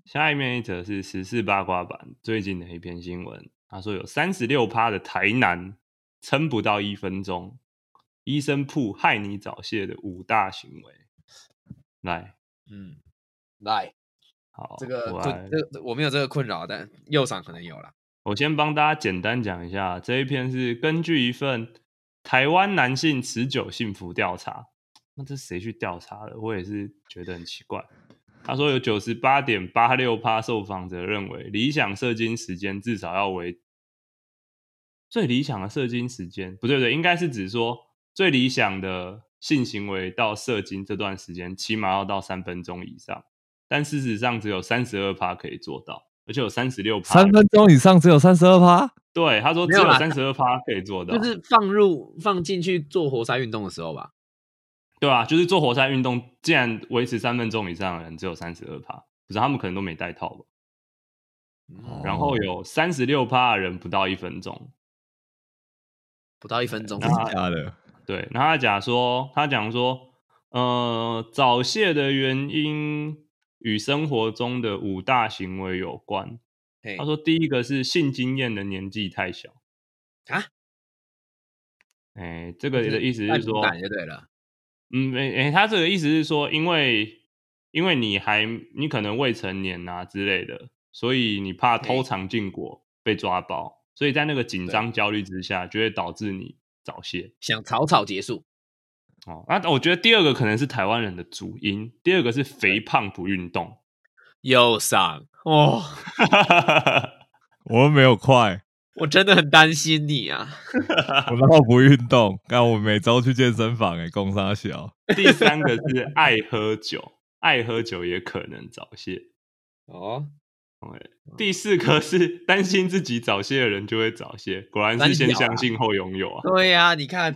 Speaker 1: 下面一则是时事八卦版最近的一篇新闻，他说有三十六趴的台南撑不到一分钟，医生铺害你早泄的五大行为。来，
Speaker 3: 嗯，来。
Speaker 1: 好，
Speaker 3: 这个
Speaker 1: 我
Speaker 3: 困
Speaker 1: 来
Speaker 3: 这个我没有这个困扰，但右上可能有啦。
Speaker 1: 我先帮大家简单讲一下，这一篇是根据一份台湾男性持久幸福调查，那这谁去调查的？我也是觉得很奇怪。他说有九十八点八六趴受访者认为，理想射精时间至少要为最理想的射精时间，不对不对，应该是指说最理想的性行为到射精这段时间，起码要到三分钟以上。但事实上，只有三十二趴可以做到，而且有三十六趴。
Speaker 2: 三分钟以上只有三十二趴，
Speaker 1: 对，他说只
Speaker 3: 没有
Speaker 1: 有
Speaker 3: 啦
Speaker 1: 三十二趴可以做到，
Speaker 3: 就是放入放进去做活塞运动的时候吧。
Speaker 1: 对啊，就是做活塞运动，既然维持三分钟以上的人只有三十二趴，可是他们可能都没戴套吧。然
Speaker 3: 哦
Speaker 1: 后有三十六趴的人不到一分钟，
Speaker 3: 不到一分钟
Speaker 1: 那，
Speaker 2: 假的？
Speaker 1: 对，然后他讲说，他讲说，呃，早泄的原因与生活中的五大行为有关。
Speaker 3: 嘿
Speaker 1: 他说，第一个是性经验的年纪太小
Speaker 3: 啊。
Speaker 1: 哎，这个的意思是说，
Speaker 3: 感就对了。
Speaker 1: 嗯，诶、诶、他这个意思是说，因为因为你还你可能未成年啊之类的，所以你怕偷
Speaker 3: 嘿
Speaker 1: 尝禁果被抓包，所以在那个紧张焦虑之下，就会导致你早泄。
Speaker 3: 想草草结束，
Speaker 1: 哦，那我觉得第二个可能是台湾人的主因，第二个是肥胖不运动。
Speaker 3: 又上哦，
Speaker 2: 我又没有快，
Speaker 3: 我真的很担心你啊。
Speaker 2: 我然后不运动，但我每周去健身房、欸，哎，工沙小。
Speaker 1: 第三个是爱喝酒，爱喝酒也可能早泄。
Speaker 3: 哦，
Speaker 1: 第四个是担心自己早泄的人就会早泄，果然是先相信后拥有啊！
Speaker 3: 对呀、你看，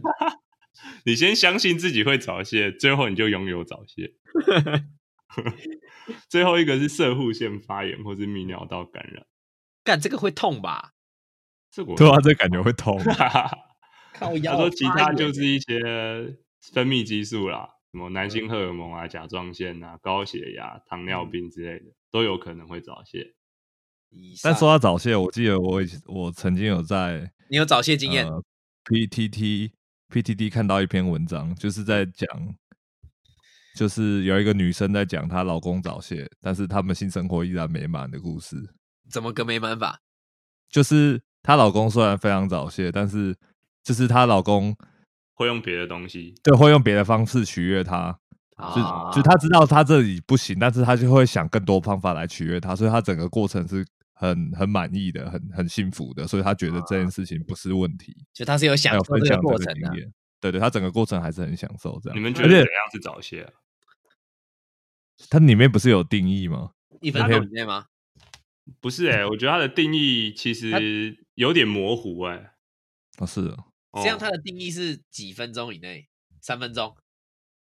Speaker 1: 你先相信自己会早泄，最后你就拥有早
Speaker 3: <laughs>
Speaker 1: 泄。最后一个是射护腺发炎或是泌尿道感染，
Speaker 3: 干这个会痛吧？
Speaker 1: 这个我 <laughs>
Speaker 2: 对啊，这感觉会
Speaker 3: <laughs>
Speaker 2: 痛。
Speaker 3: 靠
Speaker 1: 他说其他就是一些分泌激素啦，什么男
Speaker 3: 嗯
Speaker 1: 性荷尔蒙啊、甲状腺啊、高血压、糖尿病之类的，都有可能会早泄。
Speaker 2: 但说到早泄，我记得我以前我曾经有在
Speaker 3: 你有早泄经验，
Speaker 2: 呃、PTT PTT 看到一篇文章，就是在讲，就是有一个女生在讲她老公早泄，但是他们性生活依然美满的故事。
Speaker 3: 怎么个没办法？
Speaker 2: 就是她老公虽然非常早泄，但是就是她老公
Speaker 1: 会用别的东西，
Speaker 2: 对会用别的方式取悦她，就
Speaker 3: 啊
Speaker 2: 就她知道她这里不行，但是她就会想更多方法来取悦她，所以她整个过程是很很满意的，很很幸福的，所以她觉得这件事情不是问题。
Speaker 3: 就他是有啊享
Speaker 2: 还有
Speaker 3: 受
Speaker 2: 分
Speaker 3: 这
Speaker 2: 享
Speaker 3: 个
Speaker 2: 这
Speaker 3: 过
Speaker 2: 个
Speaker 3: 程
Speaker 2: 经
Speaker 3: 的、啊。
Speaker 2: 验。对对，他整个过程还是很享受这样。
Speaker 1: 你们觉
Speaker 2: 而
Speaker 1: 得怎
Speaker 2: 且
Speaker 1: 样是早泄、啊？
Speaker 2: 它里面不是有定义吗？
Speaker 3: 一分钟以内吗？
Speaker 1: 不是哎、我觉得它的定义其实有点模糊哎、
Speaker 2: 哦，是哦
Speaker 1: 哦
Speaker 3: 这样它的定义是几分钟以内？三分钟？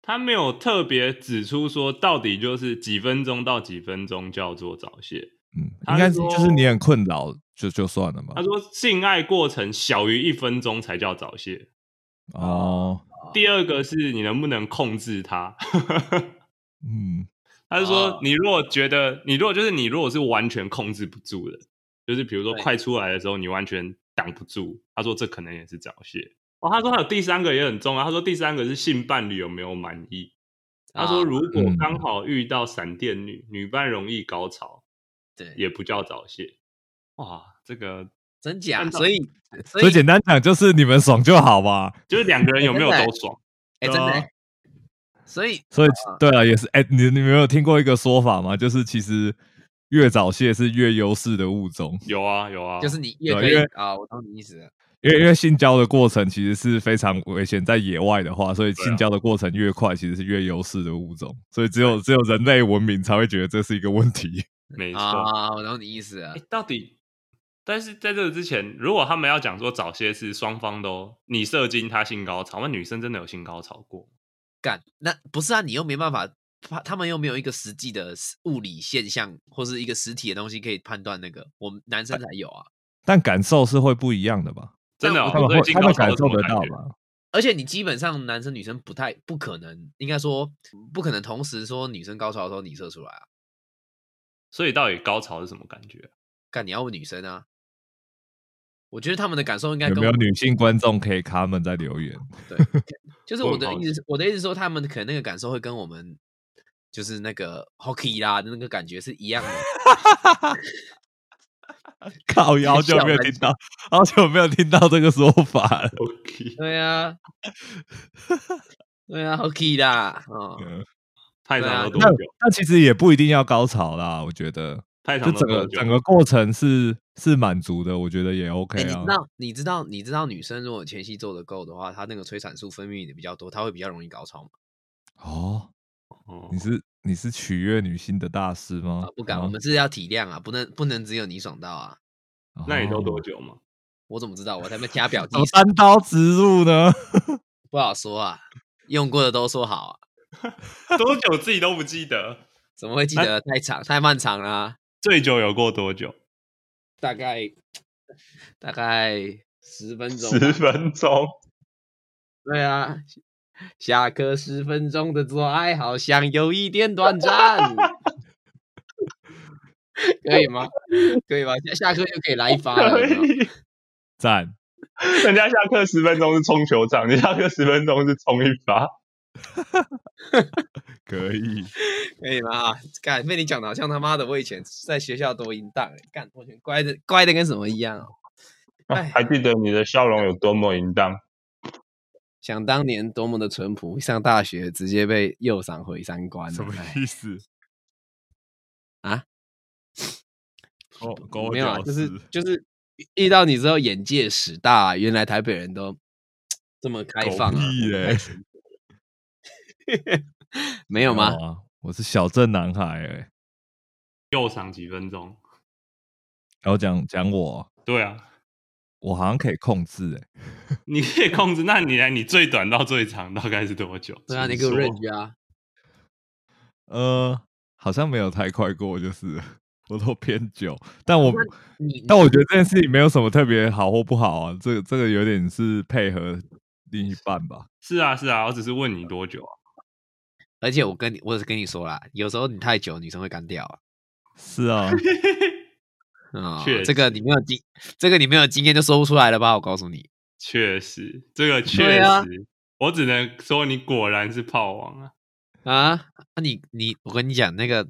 Speaker 1: 他没有特别指出说到底就是几分钟到几分钟叫做早泄。
Speaker 2: 嗯，
Speaker 1: 他
Speaker 2: 应
Speaker 1: 是
Speaker 2: 该是就是
Speaker 1: 说
Speaker 2: 你很困扰，就就算了吧
Speaker 1: 他。说性爱过程小于一分钟才叫早泄。
Speaker 2: 哦，
Speaker 1: 第二个是你能不能控制它。
Speaker 2: 嗯，
Speaker 1: 他是说
Speaker 3: 哦，
Speaker 1: 你如果觉得你如果就是你如果是完全控制不住的，就是比如说
Speaker 3: 对
Speaker 1: 快出来的时候你完全挡不住，他说这可能也是早泄。哦，他说还有第三个也很重要，他说第三个是性伴侣有没有满意。他说
Speaker 3: 啊
Speaker 1: 如果
Speaker 2: 嗯
Speaker 1: 刚好遇到闪电女，女伴容易高潮，
Speaker 3: 对，
Speaker 1: 也不叫早泄。哇，这个
Speaker 3: 真假？
Speaker 1: 按照
Speaker 3: 所以所
Speaker 2: 所
Speaker 3: 以
Speaker 2: 以简单讲就是你们爽就好吧。
Speaker 1: 就是两个人有没有
Speaker 3: 真的欸
Speaker 1: 都爽？
Speaker 3: 哎、真的欸、所以
Speaker 2: 所以对啊，也是哎，你你没有听过一个说法吗？就是其实越早泄是越优势的物种，
Speaker 1: 有啊有啊，
Speaker 3: 就是你越
Speaker 2: 对
Speaker 3: 可以
Speaker 2: 因为
Speaker 3: 啊，我懂你意思了。
Speaker 2: 因为因为性交的过程其实是非常危险，在野外的话，所以
Speaker 1: 对啊
Speaker 2: 性交的过程越快，其实是越优势的物种。所以只有只有人类文明才会觉得这是一个问题。
Speaker 1: 没错。
Speaker 3: 啊，我懂你意思了
Speaker 1: 欸。到底？但是在这个之前，如果他们要讲说早些是双方都你射精他性高潮，那女生真的有性高潮过？
Speaker 3: 干，那不是啊？你又没办法，他他们又没有一个实际的实物理现象或是一个实体的东西可以判断那个，我们男生才有啊。
Speaker 2: 但感受是会不一样的吧？
Speaker 1: 真的、
Speaker 3: 我
Speaker 1: 哦，
Speaker 2: 他们
Speaker 1: 所以
Speaker 2: 会
Speaker 1: 性
Speaker 2: 他
Speaker 1: 高
Speaker 2: 们
Speaker 1: 潮
Speaker 2: 感
Speaker 1: 是什
Speaker 2: 受
Speaker 1: 么
Speaker 2: 得
Speaker 1: 感
Speaker 2: 到
Speaker 1: 觉？
Speaker 2: 吧？
Speaker 3: 而且你基本上男生女生不太不可能，应该说不可能同时说女生高潮的时候你射出来啊。
Speaker 1: 所以到底高潮是什么感觉？啊
Speaker 3: 干，你要问女生啊。我觉得他们的感受应该
Speaker 2: 有
Speaker 3: 跟
Speaker 2: 没有
Speaker 3: 我
Speaker 2: 女性观众可以 comment 在留言？
Speaker 3: 就是
Speaker 1: 我
Speaker 3: 我
Speaker 1: 很
Speaker 3: 的
Speaker 1: 好
Speaker 3: 意思，我的意思说，他们可能那个感受会跟我们就是那个 hockey 啦的那个感觉是一样的。
Speaker 2: 靠腰就没有听到，好久没有听到这个说法了。
Speaker 1: <laughs> OK，
Speaker 2: <laughs>
Speaker 3: 对啊，对啊，好 key 啦，
Speaker 2: <laughs>
Speaker 3: 哦，
Speaker 1: 派场都多
Speaker 2: 啊那
Speaker 1: 久？
Speaker 2: 那其实也不一定要高潮啦，我觉得，
Speaker 1: 派
Speaker 2: 就
Speaker 1: 场都
Speaker 2: 整
Speaker 1: 多
Speaker 2: 个
Speaker 1: 久？
Speaker 2: 整个过程是是满足的，我觉得也 OK
Speaker 3: 哎、你
Speaker 2: 啊
Speaker 3: 知。道，你知道，你知道，女生如果前戏做的够的话，她那个催产素分泌的比较多，她会比较容易高潮吗？
Speaker 2: 哦，
Speaker 1: 哦
Speaker 2: 你是你是取悦女性的大师吗
Speaker 3: 啊，？不敢，
Speaker 2: 哦
Speaker 3: 我们是要体谅啊，不能不能只有你爽到啊！
Speaker 1: 那你都
Speaker 2: 哦
Speaker 1: 多久嘛？
Speaker 3: 我怎么知道？我在那边加表弟
Speaker 2: <laughs> 怎么，单刀直入呢？ <laughs>
Speaker 3: 不好说啊。用过的都说好
Speaker 1: <laughs>
Speaker 3: 啊，
Speaker 1: 多久自己都不记得，
Speaker 3: 怎么会记得太长、太漫长啦、啊
Speaker 1: 最久有过多久？
Speaker 3: 大概大概十分钟吧，
Speaker 1: 十分钟。
Speaker 3: 对啊，下课十分钟的做爱好像有一点短暂，可以吗？可以吧？下下课就可以来一发了。有没
Speaker 1: <laughs>
Speaker 3: 有
Speaker 1: 以，
Speaker 2: 赞，
Speaker 1: <laughs> 人家下课十分钟是冲球场，你下课十分钟是冲一发。
Speaker 2: <laughs> 可
Speaker 3: 哦
Speaker 2: 以。
Speaker 3: 可以吗？啊干，被你讲的好像他妈的我以前在学校多淫荡欸，干，我以前乖的乖的跟什么一样哦、哎
Speaker 1: 还记得你的笑容有多么淫荡？
Speaker 3: 想当年多么的淳朴，一上大学直接被右赏回三观了。
Speaker 2: 什么
Speaker 3: 哎
Speaker 2: 意思？
Speaker 3: <laughs> 啊？ <laughs>
Speaker 2: 哦，狗
Speaker 3: 没有啊，
Speaker 2: 屌
Speaker 3: 就是
Speaker 2: 丝
Speaker 3: 就是遇到你之后眼界使大、啊原来台北人都这么开放
Speaker 2: 狗
Speaker 3: 啊。
Speaker 2: 屁耶、
Speaker 3: <laughs> 没有吗？
Speaker 2: 啊？我是小镇男孩哎、
Speaker 1: 右上几分钟？
Speaker 2: 然后讲讲我，
Speaker 1: 对啊，
Speaker 2: 我好像可以控制哎、
Speaker 1: 你可以控制。那你来，你最短到最长大概是多久？
Speaker 3: 对啊，
Speaker 1: 请
Speaker 3: 你给我
Speaker 1: 说
Speaker 3: range 啊，
Speaker 2: 呃，好像没有太快过，就是了我都偏久，但我
Speaker 3: 你
Speaker 2: 但我觉得这件事情没有什么特别好或不好啊，这个这个有点是配合另一半吧。
Speaker 1: 是啊，是啊，我只是问你多久啊？
Speaker 3: 而且我跟你，我是跟你说啦，有时候你太久，女生会干掉啊。
Speaker 2: 是啊，
Speaker 3: 啊、
Speaker 1: 确
Speaker 3: 这个你没有经，这个你没有经验就说不出来了吧？我告诉你，
Speaker 1: 确实，这个确
Speaker 3: 对
Speaker 1: 实，
Speaker 3: 啊
Speaker 1: 我只能说你果然是炮王啊。
Speaker 3: 啊，啊你你，我跟你讲，那个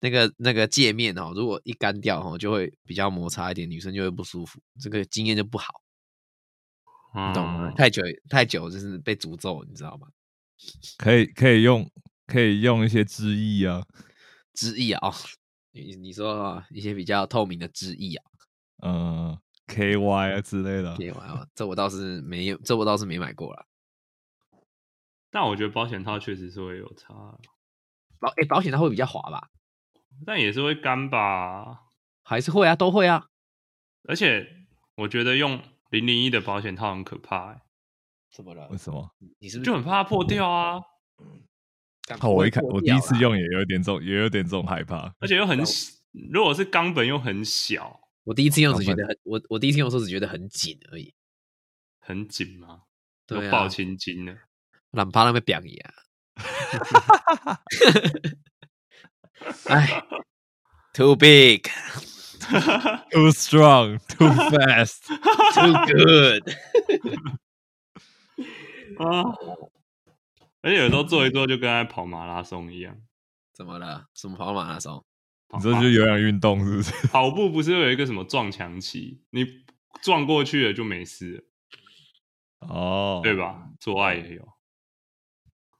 Speaker 3: 那个那个界面哦，如果一干掉哦，就会比较摩擦一点，女生就会不舒服，这个经验就不好，你懂啊吗？
Speaker 2: 哦
Speaker 1: 嗯
Speaker 3: 太久太久就是被诅咒，你知道吗？
Speaker 2: 可以可以用可以用一些知意啊，
Speaker 3: 知意啊、哦，你你说啊、一些比较透明的知意啊，
Speaker 2: 呃，K Y 啊之类的啊。
Speaker 3: 别玩啊，这我倒是没有，这我倒是没买过啦。
Speaker 1: 但我觉得保险套确实是会有差啊，
Speaker 3: 保哎、保险它会比较滑吧？
Speaker 1: 但也是会干吧。
Speaker 3: 还是会啊，都会啊。
Speaker 1: 而且我觉得用零零一的保险套很可怕、欸，
Speaker 3: 怎么了
Speaker 2: 为？什么？
Speaker 3: 你是不是
Speaker 1: 就很怕它破掉啊，
Speaker 3: 干
Speaker 2: 好，
Speaker 3: 不
Speaker 2: 哦我
Speaker 3: 会
Speaker 2: 一开
Speaker 3: 破
Speaker 2: 我第
Speaker 3: 掉
Speaker 2: 一次
Speaker 3: 啦
Speaker 2: 用也有点这种，也有点这种害怕。
Speaker 1: 而且又很
Speaker 3: 对
Speaker 1: 小，如果是冈本又很小
Speaker 3: 我第一次用
Speaker 2: 好
Speaker 3: 只觉
Speaker 2: 吧
Speaker 3: 得很，我我第一次用的时候只觉得很紧而已，
Speaker 1: 很紧嘛，
Speaker 3: 对啊
Speaker 1: 有爆青筋的。
Speaker 3: 懒趴那边表演啊。
Speaker 2: <laughs>
Speaker 3: 哎，too big,
Speaker 2: Too strong, too fast，
Speaker 3: too good。
Speaker 1: 啊！而且有时候做一做就跟在跑马拉松一样。
Speaker 3: 怎么了？什么跑马拉松？
Speaker 1: 跑
Speaker 2: 你这就是有氧运动是不 <laughs> 是？
Speaker 1: 跑步不是会有一个什么撞墙期？你撞过去了就没事了，
Speaker 2: 哦，
Speaker 1: 对？吧？做爱也有，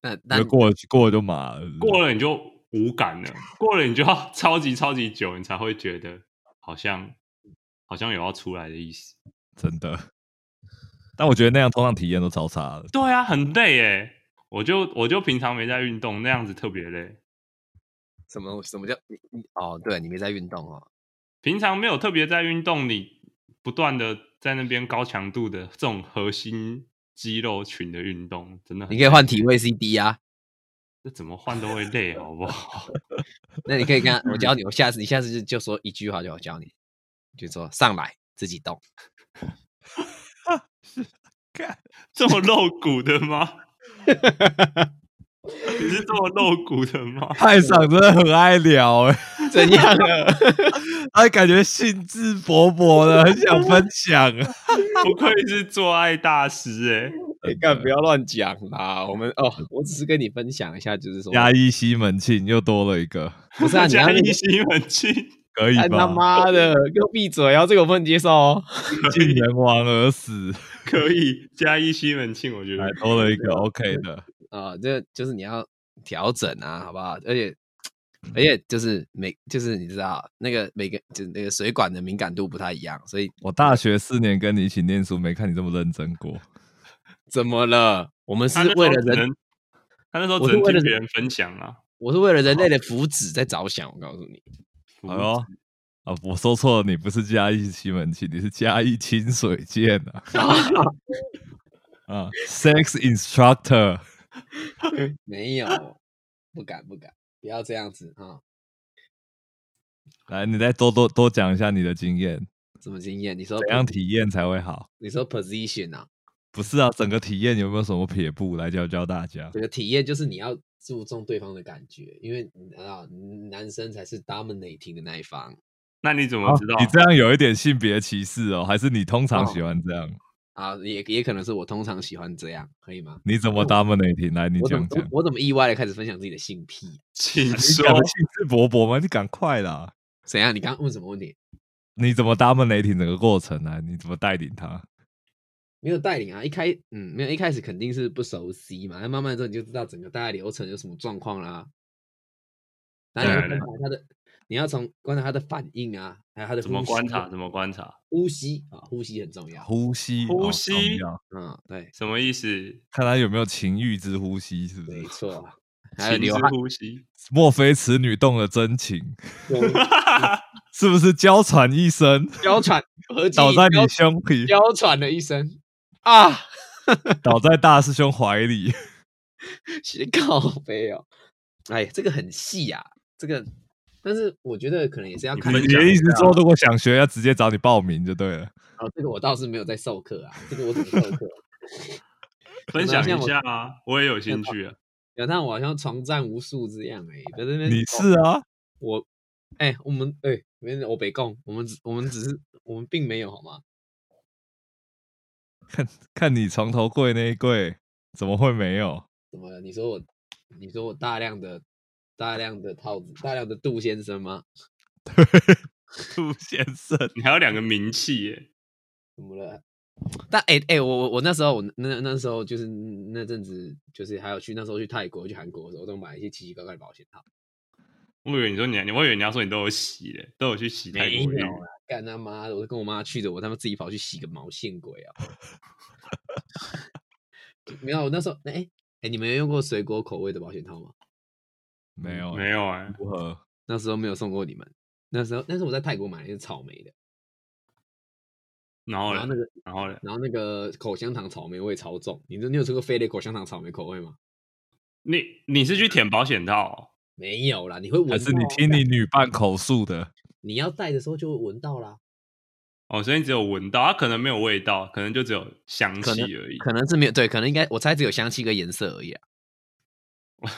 Speaker 3: 那那
Speaker 2: 就过了过了就麻了，
Speaker 1: 过了你就无感了，过了你就要 <laughs> 超级超级久，你才会觉得好像好像有要出来的意思。
Speaker 2: 真的。但我觉得那样通常体验都超差的。
Speaker 1: 对啊，很累诶。我就我就平常没在运动，那样子特别累。
Speaker 3: 什么什么叫你你哦？对你没在运动哦。
Speaker 1: 平常没有特别在运动，你不断的在那边高强度的这种核心肌肉群的运动，真的很
Speaker 3: 你可以换体位 CD 啊。
Speaker 1: 这怎么换都会累，好不好？ <laughs>
Speaker 3: 那你可以跟他我教你，我下次你下次就就说一句话就好，教你，就说上来自己动。
Speaker 1: 这么露骨的吗？你是这么露骨的吗？
Speaker 2: 派上真的很爱聊哎、
Speaker 3: 怎 <laughs> 样了？
Speaker 2: 他感觉兴致勃勃的，很想分享啊。
Speaker 1: 不愧是做爱大师诶。
Speaker 3: 哎，
Speaker 2: 真
Speaker 3: 干
Speaker 2: 的
Speaker 3: 不要乱讲啦！我们哦，我只是跟你分享一下，就是说，
Speaker 2: 嘉义西门庆又多了一个，
Speaker 3: 不是啊，你要
Speaker 1: 嘉
Speaker 3: 那个 <laughs>
Speaker 1: 义西门庆，
Speaker 2: 可以
Speaker 4: 干他
Speaker 2: 吧？
Speaker 4: 妈的，给我闭嘴！然后这个我不能接受
Speaker 3: <laughs>
Speaker 4: 哦。
Speaker 1: <laughs>
Speaker 2: 竟
Speaker 3: 啊
Speaker 2: 人亡而死，
Speaker 1: 可以加一西门庆，我觉得
Speaker 2: <laughs> 还多了一个 OK 的。
Speaker 3: 哦
Speaker 4: 啊，这就是你要
Speaker 3: 调整啊，好不好？而且而且就是每就是你知道那个每个就是那个水管的敏感度不太一样，所以
Speaker 2: 我大学四年跟你一起念书，没看你这么认真过。
Speaker 4: 怎么了？我们是
Speaker 1: 他那时候
Speaker 4: 为了
Speaker 1: 只
Speaker 4: 人，
Speaker 1: 能，他那时候
Speaker 3: 我
Speaker 1: 只
Speaker 3: 是
Speaker 1: 能
Speaker 3: 为了
Speaker 1: 听别人分享啊。
Speaker 3: 我是为了人类
Speaker 2: <laughs>
Speaker 3: 的
Speaker 4: 福祉在着想。我告诉你，
Speaker 3: 哎
Speaker 1: 服务
Speaker 2: 好哟，啊，我说错了，你不是嘉义西门庆，你是嘉义清水剑啊。啊，sex instructor，
Speaker 3: 没有，不敢不敢，不要这样子啊、
Speaker 2: 来，你再多多多讲一下你的经验，
Speaker 3: 什么经验？你说
Speaker 2: 怎样体验才会好？
Speaker 3: 你说 position 啊，
Speaker 2: 不是啊，整个体验有没有什么撇步来教教大家？
Speaker 3: 这个体验就是你要注重对方的感觉，因为你知道男生才是 dominating 的那一方
Speaker 1: 那你怎
Speaker 2: 啊
Speaker 1: 么知道？
Speaker 2: 你这样有一点性别歧视哦，还是你通常喜欢这样？
Speaker 3: 啊，也也可能是我通常喜欢这样，可以吗？
Speaker 2: 你怎么 dominating？来，你
Speaker 3: 我怎
Speaker 2: 讲
Speaker 3: 么
Speaker 2: 讲。
Speaker 3: 我怎么意外的开始分享自己的性癖？啊
Speaker 1: 请
Speaker 2: 你
Speaker 1: 说
Speaker 2: 讲的兴致勃勃吗？你赶快啦！
Speaker 3: 怎样？你刚刚问什么问题？
Speaker 2: 你怎么 dominating 整个过程啊？你怎么带领他？
Speaker 3: 没有带领啊，一开嗯没有，一开始肯定是不熟悉嘛，那慢慢之后你就知道整个大概流程有什么状况啦。然后你
Speaker 1: 对啊
Speaker 3: 要观察他的，你要从观察他的反应啊，还有他的
Speaker 1: 怎么
Speaker 3: 呼吸
Speaker 1: 观察？怎么观察？
Speaker 3: 呼吸啊，呼吸很重要。
Speaker 2: 呼吸，
Speaker 1: 呼
Speaker 2: 哦
Speaker 1: 吸
Speaker 2: 重要
Speaker 3: 嗯，
Speaker 1: <laughs>
Speaker 3: 对，
Speaker 1: 什么意思？
Speaker 2: 看他有没有情欲之呼吸，是不
Speaker 3: 没
Speaker 2: 是？
Speaker 3: 错
Speaker 1: <laughs>
Speaker 3: 啊。还有
Speaker 1: 请
Speaker 3: 流
Speaker 1: 之
Speaker 3: 汗，
Speaker 1: 呼吸。
Speaker 3: <laughs>
Speaker 2: 莫非此女动了真情？
Speaker 1: 哈哈哈
Speaker 2: 是不是娇喘一声，
Speaker 3: 娇喘，合计
Speaker 2: 倒在
Speaker 3: 娇
Speaker 2: 你胸里，
Speaker 3: 娇喘的一声啊，
Speaker 2: 倒在大师兄怀里？
Speaker 3: 斜 <laughs> 靠背哦。哎，这个很细啊，这个，但是我觉得可能也是要
Speaker 1: 你
Speaker 3: 看
Speaker 1: 分
Speaker 2: 你
Speaker 1: 享
Speaker 2: 的
Speaker 1: 一
Speaker 2: 意思
Speaker 1: 下
Speaker 2: 说，如果想学，要直接找你报名就对了。
Speaker 3: 哦，这个我倒是没有在授课啊，这个我怎么授课啊？
Speaker 1: 分享
Speaker 3: 像
Speaker 1: 一
Speaker 3: 我
Speaker 1: 下啊，我也有兴趣啊。
Speaker 3: 有，但我好像床战无数这样哎、在这边
Speaker 2: 你是啊，
Speaker 3: 我，哎、我们哎，没、人，我北贡，我们只我们只是我们并没有好吗？
Speaker 2: 看你床头柜那一柜，怎么会没有？
Speaker 3: 怎么了？你说我，你说我大量的大量的套子，大量的杜先生吗？
Speaker 2: 杜先生，
Speaker 1: 你还有两个名气耶，
Speaker 3: 怎么了？但哎哎、我我我那时候我那那时候就是那阵子就是还有去那时候去泰国去韩国的时候，我都买一些奇奇怪怪的保险套，
Speaker 1: 我以为你说你，我以为你要说你都有洗嘞，都有去洗泰
Speaker 3: 没
Speaker 1: 国浴
Speaker 3: 有。啊啦，干他妈的！我是跟我妈去的，我他妈自己跑去洗个毛线鬼 <laughs> 啊！没有，我那时候哎哎、你们有用过水果口味的保险套吗？
Speaker 2: 没有，
Speaker 1: 没有哎，
Speaker 2: 如何？
Speaker 3: 那时候没有送过你们，那时候那时候我在泰国买的是草莓的，
Speaker 1: 然后
Speaker 3: 然后那
Speaker 1: 嘞，
Speaker 3: 个
Speaker 1: 然后嘞，
Speaker 3: 然后那个口香糖草莓味超重，你知你有吃过飞利口香糖草莓口味吗？
Speaker 1: 你你是去舔保险套哦？
Speaker 3: 没有啦，你会闻到
Speaker 2: 还
Speaker 3: 啊，
Speaker 2: 是你听你女伴口述的？
Speaker 3: 你要戴的时候就会闻到啦。
Speaker 1: 哦，所以你只有闻到，它可能没有味道，可能就只有香
Speaker 3: 可
Speaker 1: 气而已，
Speaker 3: 可能是没有对，可能应该我猜只有香气跟颜色而已啊。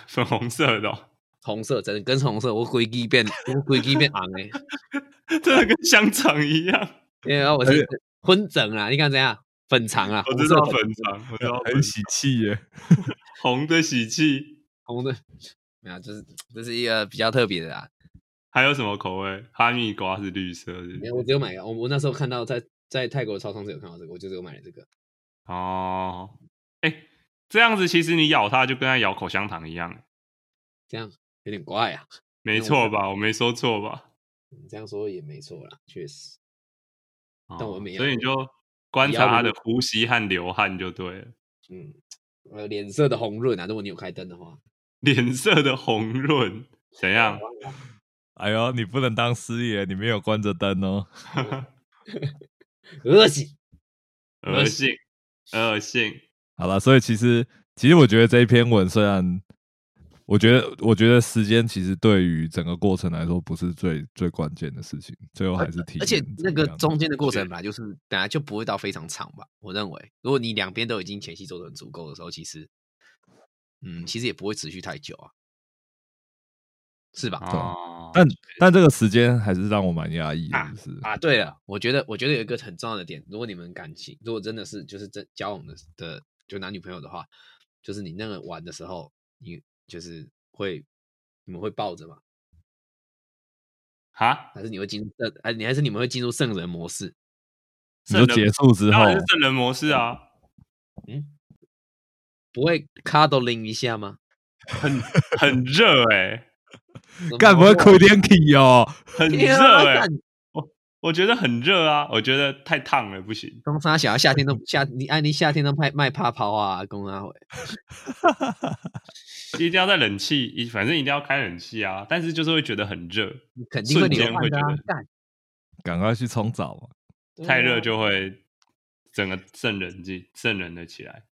Speaker 1: 粉红色的哦，
Speaker 3: 红色真的跟红色，我规矩变我规矩变红哎、
Speaker 1: 真的跟香肠一样。
Speaker 3: 因为哦我是荤整啦，你看怎样？粉肠啊，
Speaker 1: 我
Speaker 3: <laughs> 红
Speaker 1: 知
Speaker 3: 色
Speaker 1: 道
Speaker 3: 粉
Speaker 1: 粉肠，我知道
Speaker 2: 很喜气耶！
Speaker 1: 红的喜气，
Speaker 3: 红的，没有，就是这是一个比较特别的啊啦。
Speaker 1: 还有什么口味？哈密瓜是绿色的
Speaker 3: 没有，我只有买哦个，我我那时候看到在在泰国的超商是有看到这个，我就只有买了这个。
Speaker 1: 哦。哎、这样子其实你咬它就跟它咬口香糖一样，
Speaker 3: 这样有点怪啊，
Speaker 1: 没错吧？我没说错吧？
Speaker 3: 你这样说也没错啦，确实。
Speaker 1: 哦
Speaker 3: 但我没有
Speaker 1: 所以你就观
Speaker 3: 咬
Speaker 1: 察它
Speaker 3: 我
Speaker 1: 的呼吸和流汗就对了。
Speaker 3: 嗯，呃，脸色的红润啊，如果你有开灯的话，
Speaker 1: 脸色的红润怎
Speaker 3: 哦
Speaker 1: 样？
Speaker 2: 哎呦，你不能当师爷，你没有关着灯哦。
Speaker 3: 恶心。
Speaker 1: 恶心，恶心。
Speaker 2: 好了，所以其实其实我觉得这一篇文虽然，我觉得我觉得时间其实对于整个过程来说不是最最关键的事情，最后还是体验
Speaker 3: 呃而且那个
Speaker 2: 怎么样
Speaker 3: 中间的过程
Speaker 1: 是
Speaker 3: 本来就是本来就不会到非常长吧，我认为，如果你两边都已经前期做的很足够的时候，其实，嗯，其实也不会持续太久啊，是吧？
Speaker 1: 哦，
Speaker 2: 但这个时间还是让我蛮压抑的，就是、
Speaker 3: 啊，对了，我觉得我觉得有一个很重要的点，如果你们感情如果真的是就是真交往的的就男女朋友的话，就是你那个玩的时候，你就是会你们会抱着嘛，
Speaker 1: 哈，
Speaker 3: 还是你会进入圣，还你还是你们会进入圣人模式？
Speaker 2: 你说
Speaker 1: 圣人
Speaker 2: 结束之
Speaker 1: 当
Speaker 2: 后
Speaker 1: 然是圣人模式啊，
Speaker 3: 不会 cuddling 一下吗？
Speaker 2: <laughs>
Speaker 1: 很很热哎、
Speaker 2: 干不会哭
Speaker 3: 啊
Speaker 2: 点体哦？
Speaker 1: 很
Speaker 3: 天啊
Speaker 1: 热哎、
Speaker 3: 干
Speaker 1: 我觉得很热啊，我觉得太烫了不行。
Speaker 3: 东沙小孩夏天都夏，你安妮夏天都卖卖泡泡啊，公阿伟。
Speaker 1: 一定要在冷气，一反正一定要开冷气啊，但是就是会觉得很热，
Speaker 3: 你肯定会
Speaker 1: 瞬间
Speaker 3: 流汗
Speaker 1: 会
Speaker 3: 的、
Speaker 1: 觉
Speaker 3: 啊
Speaker 1: 得，
Speaker 3: 干
Speaker 2: 赶快去冲澡嘛！
Speaker 3: 对
Speaker 1: 太热
Speaker 3: 啊
Speaker 1: 就会整个圣人气圣人的起来。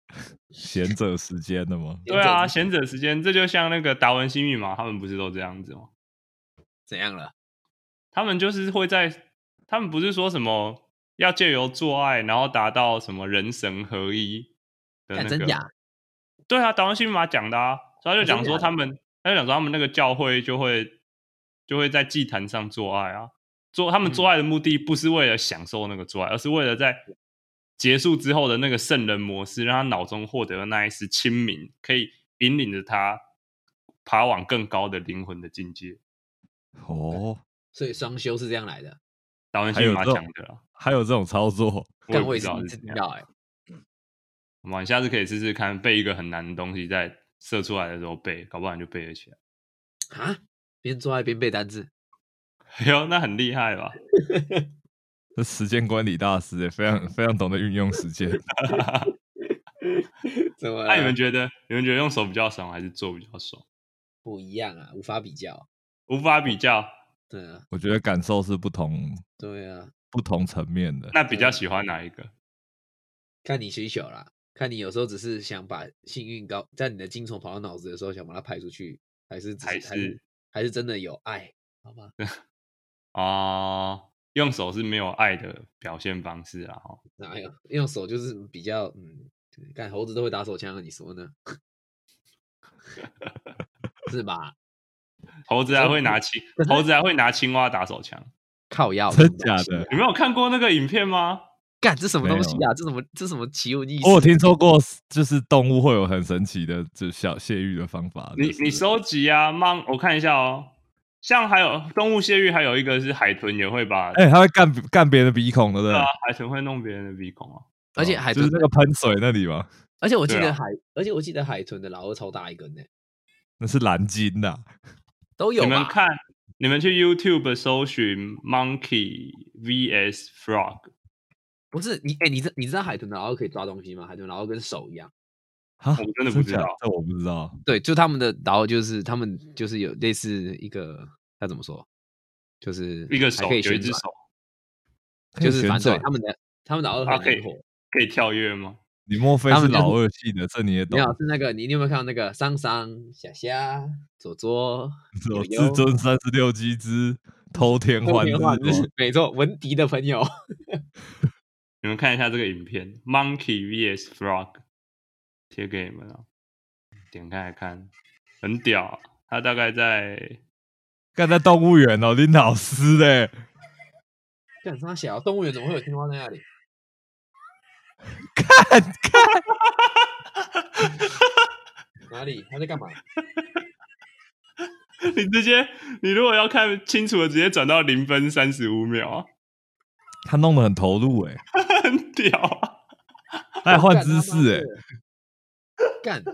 Speaker 2: 贤者时间的吗？
Speaker 1: 对啊，贤者时间，这就像那个达文西密码，他们不是都这样子吗？
Speaker 3: 怎样了？
Speaker 1: 他们就是会在，他们不是说什么要借由做爱，然后达到什么人神合一的那
Speaker 3: 干
Speaker 1: 个？
Speaker 3: 真假？
Speaker 1: 对啊，达文西密码讲的啊，所
Speaker 3: 哦
Speaker 1: 以他就讲说他们，他就讲说他们那个教会就会就会在祭坛上做爱啊，做他们
Speaker 3: 嗯
Speaker 1: 做爱的目的不是为了享受那个做爱，而是为了在结束之后的那个圣人模式，让他脑中获得的那一丝清明，可以引领着他爬往更高的灵魂的境界。
Speaker 2: 哦，
Speaker 3: 所以双休是这样来的。
Speaker 1: 达文西
Speaker 2: 还有
Speaker 1: 密码
Speaker 2: 这
Speaker 1: 讲
Speaker 2: 种
Speaker 1: 的啦，
Speaker 2: 还有这种操作，
Speaker 1: 也
Speaker 3: 干
Speaker 1: 不
Speaker 3: 我也
Speaker 1: 知
Speaker 3: 是
Speaker 1: 道
Speaker 3: 第一
Speaker 1: 是
Speaker 3: 次
Speaker 1: 怎
Speaker 3: 听
Speaker 1: 样
Speaker 3: 到哎、欸，
Speaker 1: 好吗？你下次可以试试看，背一个很难的东西，在射出来的时候背，搞不好你就背得起来。 <laughs>
Speaker 3: 啊，边做爱边背单字，
Speaker 1: 哎呦，那很厉害吧？
Speaker 2: 这时间管理大师也欸非常非常懂得运用时间。
Speaker 3: 怎么
Speaker 1: 那、你
Speaker 3: 啊
Speaker 1: 们觉得，你们觉得用手比较爽，还是做比较爽？
Speaker 3: 不一样啊？无法比较。
Speaker 1: 无法比较，
Speaker 3: 对啊，
Speaker 2: 我觉得感受是不同
Speaker 3: 对啊，
Speaker 2: 不同层面的。
Speaker 1: 那比较喜欢哪一个？
Speaker 3: 看你需求啦，看你有时候只是想把幸运高在你的精虫跑到脑子的时候，想把它排出去，还是只
Speaker 1: 还
Speaker 3: 还是
Speaker 1: 是
Speaker 3: 还是真的有爱，好吗？
Speaker 1: 啊、用手是没有爱的表现方式啊。哦
Speaker 3: 哪有用手就是比较嗯，干猴子都会打手枪啊，你说呢？是吧？
Speaker 1: 猴子还会拿青，猴子还会拿青蛙打手枪。
Speaker 3: 靠
Speaker 2: <laughs>
Speaker 3: 药
Speaker 2: 真假的
Speaker 1: 你没有看过那个影片吗？
Speaker 3: 啊干这什么
Speaker 2: 没
Speaker 3: 东西
Speaker 2: 有哦
Speaker 3: 啊？这什么这什么奇闻异事？
Speaker 2: 我有听说过，就是动物会有很神奇的，就小泄欲的方法。
Speaker 1: 你
Speaker 2: 就是
Speaker 1: 你收集啊，mang，我看一下哦。像还有动物泄欲，还有一个是海豚也会把，
Speaker 2: 哎、它会干干别人的鼻孔的，对
Speaker 1: 对
Speaker 2: 不
Speaker 1: 啊
Speaker 2: 对？，
Speaker 1: 海豚会弄别人的鼻孔啊。
Speaker 3: 而且
Speaker 2: 哦
Speaker 3: 海
Speaker 2: 就是
Speaker 3: 豚
Speaker 2: 那个喷水那里嘛，
Speaker 3: 而且我记
Speaker 1: 对啊
Speaker 3: 得海，而且我记得海豚的老二超大一根呢、
Speaker 2: 那是蓝鲸的、
Speaker 3: 都有
Speaker 1: 你们
Speaker 3: 吧？
Speaker 1: 看，你们去 YouTube 搜寻 monkey vs frog，
Speaker 3: 不是你哎、你知你知道海豚的老二可以抓东西吗？海豚老二跟手一样，
Speaker 2: 啊，
Speaker 1: 我真的不知
Speaker 2: 假
Speaker 1: 道
Speaker 2: 这我不知道。
Speaker 3: 对，就他们的老二就是他们就是有类似一个要怎么说，就是
Speaker 1: 一个
Speaker 3: 还
Speaker 1: 手
Speaker 3: 可以
Speaker 1: 有一
Speaker 3: 旋
Speaker 1: 只
Speaker 3: 转，
Speaker 1: 手
Speaker 2: 可以
Speaker 3: 就是
Speaker 2: 旋
Speaker 3: 反正
Speaker 2: 转
Speaker 3: 他们的他们老二
Speaker 1: 它
Speaker 3: 很
Speaker 1: 可以
Speaker 3: 灵活。
Speaker 1: 可以跳跃吗？
Speaker 2: 你莫非
Speaker 3: 他
Speaker 2: 是
Speaker 3: 们就是
Speaker 2: 老二系的？这你也
Speaker 3: 没
Speaker 2: 懂？
Speaker 3: 有，啊是那个你你有没有看到那个桑桑、夏夏、
Speaker 2: <laughs>
Speaker 3: 左左、
Speaker 2: 什么
Speaker 3: 有有
Speaker 2: 至尊三十六鸡之偷天
Speaker 3: 周
Speaker 2: 换日
Speaker 3: 天焕
Speaker 2: 光？
Speaker 3: 日？ <laughs> 没错，文迪的朋友。 <laughs>
Speaker 1: 你们看一下这个影片，Monkey vs Frog，贴给你们啊，点开来看，很屌啊、它大概在
Speaker 2: 干在动物园哦，你老师嘞？
Speaker 3: 干啥小动物园怎么会有青蛙在那里？
Speaker 2: <laughs> 看看
Speaker 3: <laughs> 哪里？他在干嘛？
Speaker 1: <laughs> 你直接，你如果要看清楚的，直接转到零分三十五秒啊， <laughs>
Speaker 2: 他弄得很投入
Speaker 3: <laughs>
Speaker 2: 哎，
Speaker 1: 很屌啊！
Speaker 2: 他还换姿势哎，
Speaker 1: 欸
Speaker 3: 哎，干，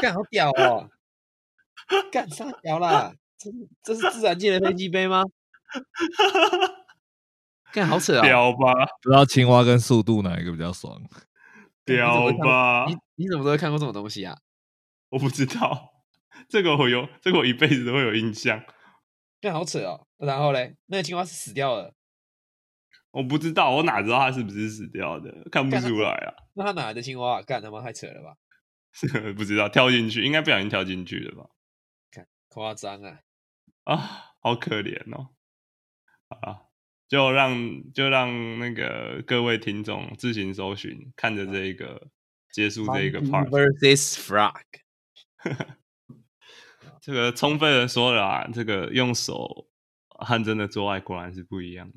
Speaker 3: 干好屌哦！干啥屌啦？这是这是自然界的飞机杯吗？干好扯啊！
Speaker 1: 屌吧，
Speaker 2: 不知道青蛙跟速度哪一个比较爽？
Speaker 1: 屌吧！
Speaker 3: 你你怎么都会看过这种东西啊？
Speaker 1: 我不知道，这个我有，这个我一辈子都会有印象。
Speaker 3: 干好扯哦！然后嘞，那个青蛙是死掉了，
Speaker 1: 我不知道，我哪知道他是不是死掉的？看不
Speaker 3: 干他
Speaker 1: 出来啊， <laughs>
Speaker 3: 那他哪来的青蛙、啊？干他妈太扯了吧！
Speaker 1: 不知道跳进去，应该不小心跳进去了吧？
Speaker 3: 夸张啊！
Speaker 1: 啊，好可怜哦！啊，就让就让那个各位听众自行搜寻，看着这一个结束这一个 part，
Speaker 3: versus frog，
Speaker 1: 这个充分的说了啊，这个用手和真的做爱果然是不一样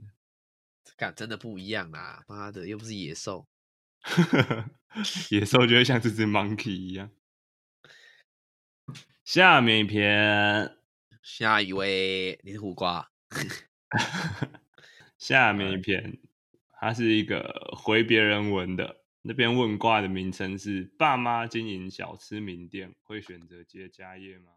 Speaker 3: 干真的不一样啦！妈的，又不是野兽。
Speaker 1: 的， <laughs> 野兽就会像这只 monkey 一样。下面一篇
Speaker 3: 下一位，你是胡瓜，
Speaker 1: <laughs> 下面一篇，它是一个回别人文的。那篇问卦的名称是“爸妈经营小吃名店会选择接家业吗？”